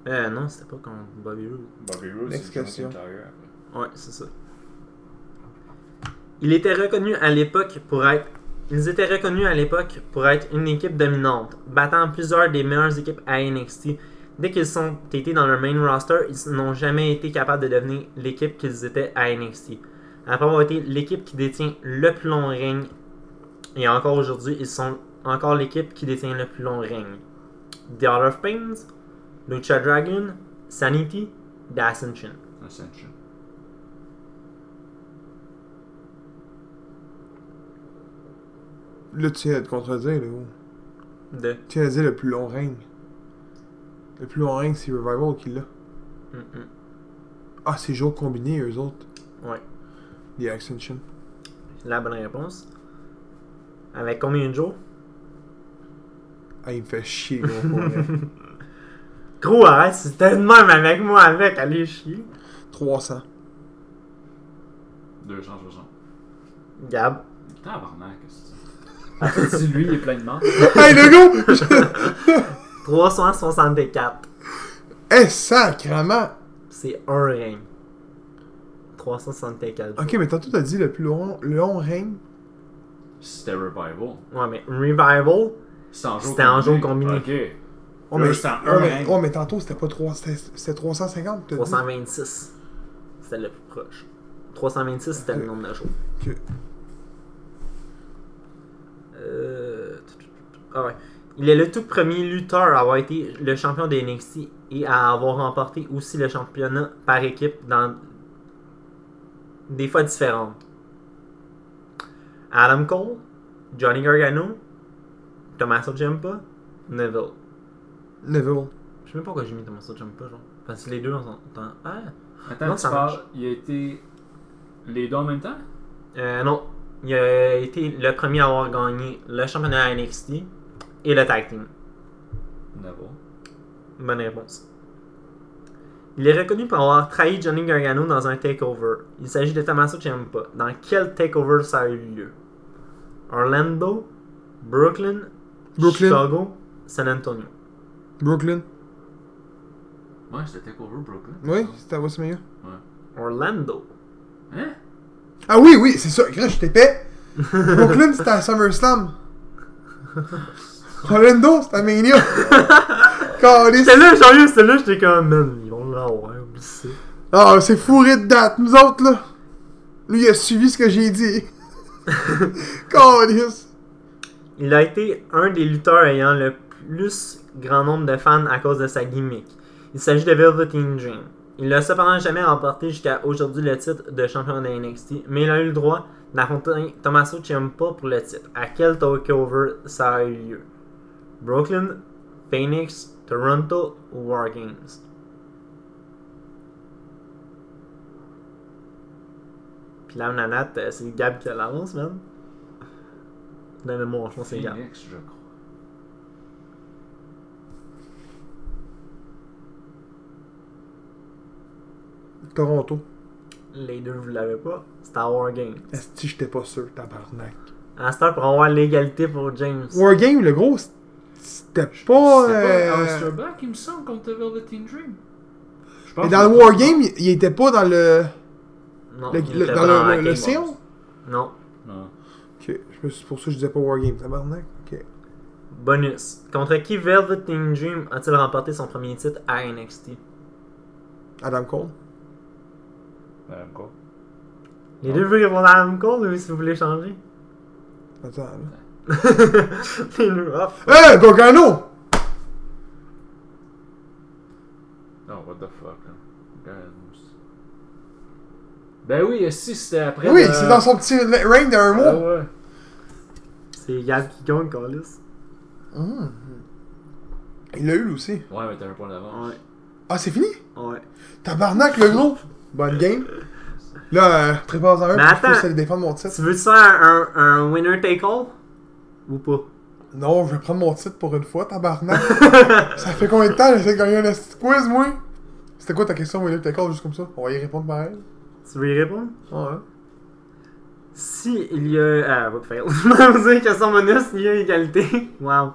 [SPEAKER 2] Euh, non, c'était pas contre Bobby Roode.
[SPEAKER 4] Bobby Roode,
[SPEAKER 1] Next
[SPEAKER 4] c'est le
[SPEAKER 1] question.
[SPEAKER 4] champion de carrière, après.
[SPEAKER 2] Ouais, c'est ça. Il était reconnu à l'époque pour être. Ils étaient reconnus à l'époque pour être une équipe dominante, battant plusieurs des meilleures équipes à NXT. Dès qu'ils sont été dans leur main roster, ils n'ont jamais été capables de devenir l'équipe qu'ils étaient à NXT. Après avoir été l'équipe qui détient le plus long règne, et encore aujourd'hui, ils sont encore l'équipe qui détient le plus long règne. The Art of Pains, Lucha Dragon, Sanity, The Ascension.
[SPEAKER 5] Ascension.
[SPEAKER 1] Là, tu viens de te contredire, là, gros.
[SPEAKER 2] De...
[SPEAKER 1] Tu viens de dire le plus long règne. Le plus long règne, c'est Revival qui l'a.
[SPEAKER 2] Mm, mm.
[SPEAKER 1] Ah, c'est jour combiné, eux autres.
[SPEAKER 2] Ouais.
[SPEAKER 1] The Ascension.
[SPEAKER 2] La bonne réponse. Avec combien de jours?
[SPEAKER 1] Ah, il me fait chier, gros. <laughs> pour vrai.
[SPEAKER 2] Gros, arrête, c'était le même avec moi, avec, allez chier.
[SPEAKER 1] 300.
[SPEAKER 5] 260.
[SPEAKER 2] Gab.
[SPEAKER 5] Tabarnak, qu'est-ce que c'est? Si lui, il est plein de mort.
[SPEAKER 1] hey, le gars! <laughs> Je-
[SPEAKER 2] 364.
[SPEAKER 1] Eh, sacrement!
[SPEAKER 2] C'est un règne. 364 jours.
[SPEAKER 1] Ok, mais tantôt, t'as dit le plus long, le long règne.
[SPEAKER 5] C'était Revival.
[SPEAKER 2] Ouais, mais Revival,
[SPEAKER 5] C'était en jour
[SPEAKER 2] C'était en jour combiné.
[SPEAKER 5] Ok.
[SPEAKER 1] Oh, mais,
[SPEAKER 5] c'est en un
[SPEAKER 1] oh, mais,
[SPEAKER 5] règne.
[SPEAKER 1] oh, mais tantôt, c'était pas 3... c'était- c'était 350, t'as dit.
[SPEAKER 2] 326. C'était le plus proche. 326, c'était le nombre de jours.
[SPEAKER 1] Ok.
[SPEAKER 2] Euh... Ah ouais. Il est le tout premier lutteur à avoir été le champion des NXT et à avoir remporté aussi le championnat par équipe dans des fois différentes. Adam Cole, Johnny Gargano, Tommaso Ciampa, Neville.
[SPEAKER 1] Neville.
[SPEAKER 2] Je sais même pas pourquoi j'ai mis Tommaso Ciampa, genre. Parce que les deux, on s'entend. Ah!
[SPEAKER 5] Attends,
[SPEAKER 2] Non,
[SPEAKER 5] tu
[SPEAKER 2] ça
[SPEAKER 5] parles,
[SPEAKER 2] marche.
[SPEAKER 5] il a été les deux en même temps?
[SPEAKER 2] Euh, non. Il a été le premier à avoir gagné le championnat à NXT et le tag team.
[SPEAKER 5] Neville.
[SPEAKER 2] Bonne réponse. Il est reconnu pour avoir trahi Johnny Gargano dans un takeover. Il s'agit de Tommaso Ciampa. Dans quel takeover ça a eu lieu Orlando, Brooklyn,
[SPEAKER 1] Brooklyn.
[SPEAKER 2] Chicago, San Antonio.
[SPEAKER 1] Brooklyn.
[SPEAKER 5] Ouais, c'était Takeover Brooklyn.
[SPEAKER 1] Oui, c'était à WrestleMania.
[SPEAKER 2] Orlando.
[SPEAKER 5] Hein?
[SPEAKER 1] Ah oui, oui, c'est ça. Grâce,
[SPEAKER 5] <laughs>
[SPEAKER 1] je t'épais. Brooklyn, c'était à SummerSlam. Orlando, c'était
[SPEAKER 5] <laughs>
[SPEAKER 1] à Mania. Caliste.
[SPEAKER 2] C'est là, sérieux, c'est là, j'étais comme, man, ils vont l'avoir, oublie ça.
[SPEAKER 1] Ah, c'est fourré de date, nous autres, là. Lui, il a suivi ce que
[SPEAKER 5] <laughs>
[SPEAKER 1] j'ai dit. Caliste.
[SPEAKER 2] Il a été un des lutteurs ayant le plus grand nombre de fans à cause de sa gimmick. Il s'agit de Velveteen Dream. Il n'a cependant jamais remporté jusqu'à aujourd'hui le titre de champion de NXT, mais il a eu le droit d'affronter Tommaso Ciampa pour le titre. À quel takeover ça a eu lieu Brooklyn, Phoenix, Toronto ou War Games Puis là, Nanat, euh, c'est Gab qui a l'avance, man. De mémoire, je pense que c'est Gab.
[SPEAKER 5] Phoenix, je crois.
[SPEAKER 1] Toronto.
[SPEAKER 2] Les deux, vous l'avez pas. C'était à War Games.
[SPEAKER 1] Esti, j'étais pas sûr, tabarnak.
[SPEAKER 2] À cette heure, pour avoir l'égalité pour James.
[SPEAKER 1] Wargame, le gros, c'était pas.
[SPEAKER 5] C'était
[SPEAKER 1] euh,
[SPEAKER 5] pas Aleister Black, il me semble, contre The Velveteen Dream. Je pense
[SPEAKER 1] Mais dans
[SPEAKER 5] que-
[SPEAKER 1] le Wargame, il, il était pas dans le.
[SPEAKER 2] Non,
[SPEAKER 1] le-
[SPEAKER 2] il
[SPEAKER 1] le- dans
[SPEAKER 2] était pas
[SPEAKER 1] le,
[SPEAKER 2] la
[SPEAKER 1] le,
[SPEAKER 2] Game.
[SPEAKER 1] séance.
[SPEAKER 2] Non.
[SPEAKER 5] Non.
[SPEAKER 1] Ok, je me suis- pour ça que je disais pas Wargame, tabarnak. Ok.
[SPEAKER 2] Bonus. Contre qui Velveteen Dream a-t-il remporté son premier titre à NXT
[SPEAKER 1] Adam Cole.
[SPEAKER 5] Madame Euh, quoi?
[SPEAKER 2] Les deux, vous répondre à Adam Cole ou si vous voulez changer <laughs>
[SPEAKER 1] Attends, là.
[SPEAKER 2] Les deux, hop.
[SPEAKER 1] Hey, Gargano!
[SPEAKER 5] Non, what the fuck, là. Regarde, nous-
[SPEAKER 3] Ben oui, si c'était après.
[SPEAKER 1] Oui,
[SPEAKER 5] euh,
[SPEAKER 3] le-
[SPEAKER 1] c'est dans son petit règne d'un
[SPEAKER 3] Ah
[SPEAKER 1] mois.
[SPEAKER 3] ouais.
[SPEAKER 2] C'est Yav qui gagne, Carlis.
[SPEAKER 1] Hum. Il l'a eu aussi.
[SPEAKER 3] Ouais, mais t'avais un point d'avance.
[SPEAKER 2] Ouais,
[SPEAKER 1] Ah, c'est fini?
[SPEAKER 2] ouais.
[SPEAKER 1] Tabarnak, le gros! Bonne game. Là, euh, prépare-en un
[SPEAKER 2] Mais
[SPEAKER 1] pour que je
[SPEAKER 2] attends.
[SPEAKER 1] puisse aller défendre mon titre.
[SPEAKER 2] Tu veux-tu faire un, un, un winner take all Ou pas
[SPEAKER 1] Non, je vais prendre mon titre pour une fois, <laughs> tabarnak. ça fait combien de temps j'essaie de gagner un esti de quiz, moi? C'était quoi ta question, William? T'es juste comme ça? On va y répondre pareil.
[SPEAKER 2] Tu veux y répondre
[SPEAKER 1] Ouais.
[SPEAKER 2] Si il y a. Ah, va fail. <laughs> Je vais dire que sans bonus, il y a égalité. <laughs> Wow.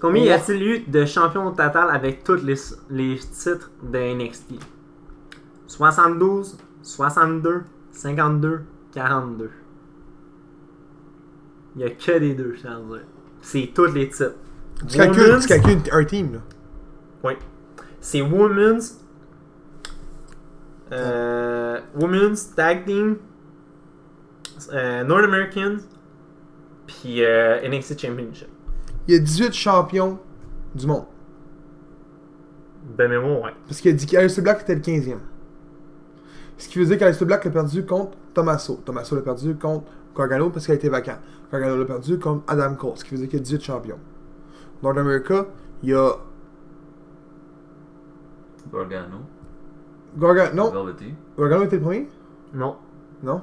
[SPEAKER 2] Combien y a-t-il eu de champions au total avec tous les, les titres de NXT 72, 62, 52, 42. Il y a que des deux, je tiens à dire. C'est tous les titres.
[SPEAKER 1] Tu calcules,
[SPEAKER 2] Women's-
[SPEAKER 1] tu calcules un team, là.
[SPEAKER 2] Oui. C'est Women's. Euh, women's Tag Team. euh, North American. Puis euh, NXT Championship.
[SPEAKER 1] Il y a 18 champions du monde.
[SPEAKER 2] De mémoire, Ben, ouais.
[SPEAKER 1] Parce qu'il a dit qu'Alistair Black était le 15e. Ce qui veut dire qu'Alistair Black a perdu contre Tommaso. Tommaso l'a perdu contre Gargano parce qu'il a été vacant. Gargano l'a perdu contre Adam Cole. Ce qui veut dire qu'il y a 18 champions. North America, il y a
[SPEAKER 5] Gargano.
[SPEAKER 1] Gargano. Non,
[SPEAKER 5] Velvety.
[SPEAKER 1] Gargano était le premier
[SPEAKER 2] Non.
[SPEAKER 1] Non.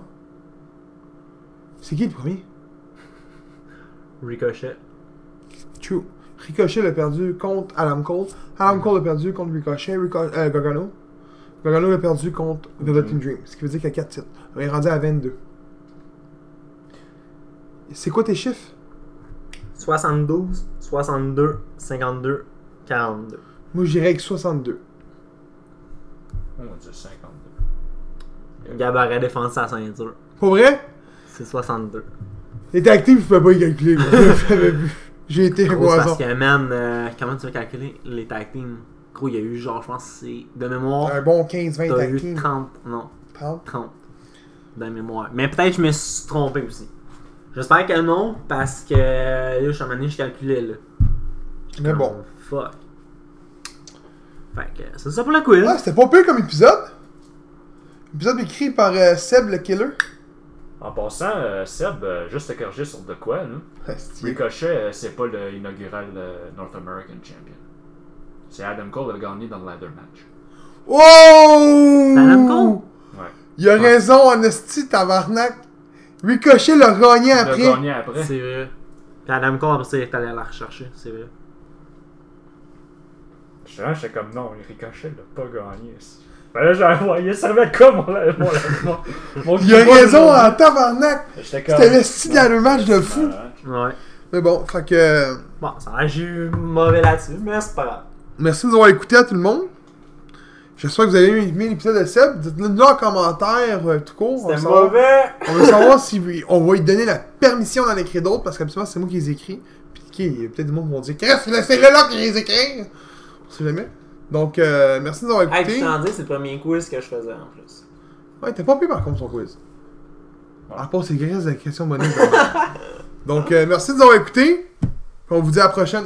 [SPEAKER 1] C'est qui le premier
[SPEAKER 2] Ricochet.
[SPEAKER 1] True. Ricochet l'a perdu contre Adam Cole. Adam Cole l'a perdu contre Ricochet. Rico euh, Gargano. Gargano l'a perdu contre Velvet Dream. Ce qui veut dire qu'il y a 4 titres. On est rendu à 22. C'est quoi tes chiffres
[SPEAKER 2] 72, 62, 52, 42.
[SPEAKER 1] Moi, j'irais avec 62.
[SPEAKER 5] Oh mon dieu, 52.
[SPEAKER 2] Gabaret défend sa ceinture.
[SPEAKER 1] Pour vrai
[SPEAKER 2] C'est 62.
[SPEAKER 1] Les tactiques, je peux pas y calculer.
[SPEAKER 2] <laughs>
[SPEAKER 1] moi. Je savais plus. J'ai été au
[SPEAKER 2] Gros, c'est parce
[SPEAKER 1] hasard.
[SPEAKER 2] que, man, euh, comment tu vas calculer les tag teams Gros, il y a eu genre, je pense, c'est de mémoire.
[SPEAKER 1] Un bon 15-20
[SPEAKER 2] T'as eu
[SPEAKER 1] tactiques.
[SPEAKER 2] 30. Non.
[SPEAKER 1] 30.
[SPEAKER 2] 30 de mémoire. Mais peut-être que je me suis trompé aussi. J'espère que non, parce que là, je suis en année, je calculais là.
[SPEAKER 1] Mais
[SPEAKER 2] Comme,
[SPEAKER 1] bon.
[SPEAKER 2] Fuck. Fait que c'est ça pour le quiz.
[SPEAKER 1] Ah, c'était pas pire comme épisode. Épisode écrit par euh, Seb le Killer.
[SPEAKER 5] En passant, euh, Seb, euh, juste te corriger sur de quoi, là.
[SPEAKER 1] Asti.
[SPEAKER 5] Ricochet, euh, c'est pas le inaugural euh, North American Champion. C'est Adam Cole qui a gagné dans le ladder match.
[SPEAKER 1] Oh!
[SPEAKER 2] Adam Cole?
[SPEAKER 5] Ouais.
[SPEAKER 1] Il a raison, Honesty, tabarnak. Ricochet l'a gagné
[SPEAKER 5] Il a
[SPEAKER 1] après.
[SPEAKER 5] gagné après.
[SPEAKER 2] C'est vrai. Puis Adam Cole, après ça, il est allé la rechercher, c'est vrai.
[SPEAKER 5] Justement, j'étais comme non, Ricochet l'a pas gagné. Ben là, j'ai envoyé ça va comme mon, mon, mon, mon
[SPEAKER 1] Il a raison en tabarnak.
[SPEAKER 5] J'étais comme.
[SPEAKER 1] C'était investi dans le match de fou.
[SPEAKER 2] Ouais.
[SPEAKER 1] Mais bon, fait que.
[SPEAKER 2] Bon, ça a l'air que j'ai eu mauvais là-dessus, mais c'est pas grave.
[SPEAKER 1] Merci de nous avoir écoutés à tout le monde. J'espère que vous avez aimé l'épisode de Seb. Dites-le nous en commentaire euh, tout court. On veut
[SPEAKER 2] C'était
[SPEAKER 1] savoir-
[SPEAKER 2] mauvais!
[SPEAKER 1] On veut savoir si lui- on va lui donner la permission d'en écrire d'autres parce qu'habituellement c'est moi qui les écris. Puis qui- il y a peut-être des gens qui vont dire Qu'est-ce que c'est là là qui les écrit On sait jamais. Donc, euh, merci de nous avoir
[SPEAKER 2] Hey, puis je
[SPEAKER 1] écoutés.
[SPEAKER 2] t'en dis, c'est le premier quiz que je faisais en plus.
[SPEAKER 1] Ouais, t'as pas pris par contre son quiz. À part <laughs> c'est grise de la question monnaie. Donc, euh, merci de nous avoir écoutés. On vous dit à la prochaine.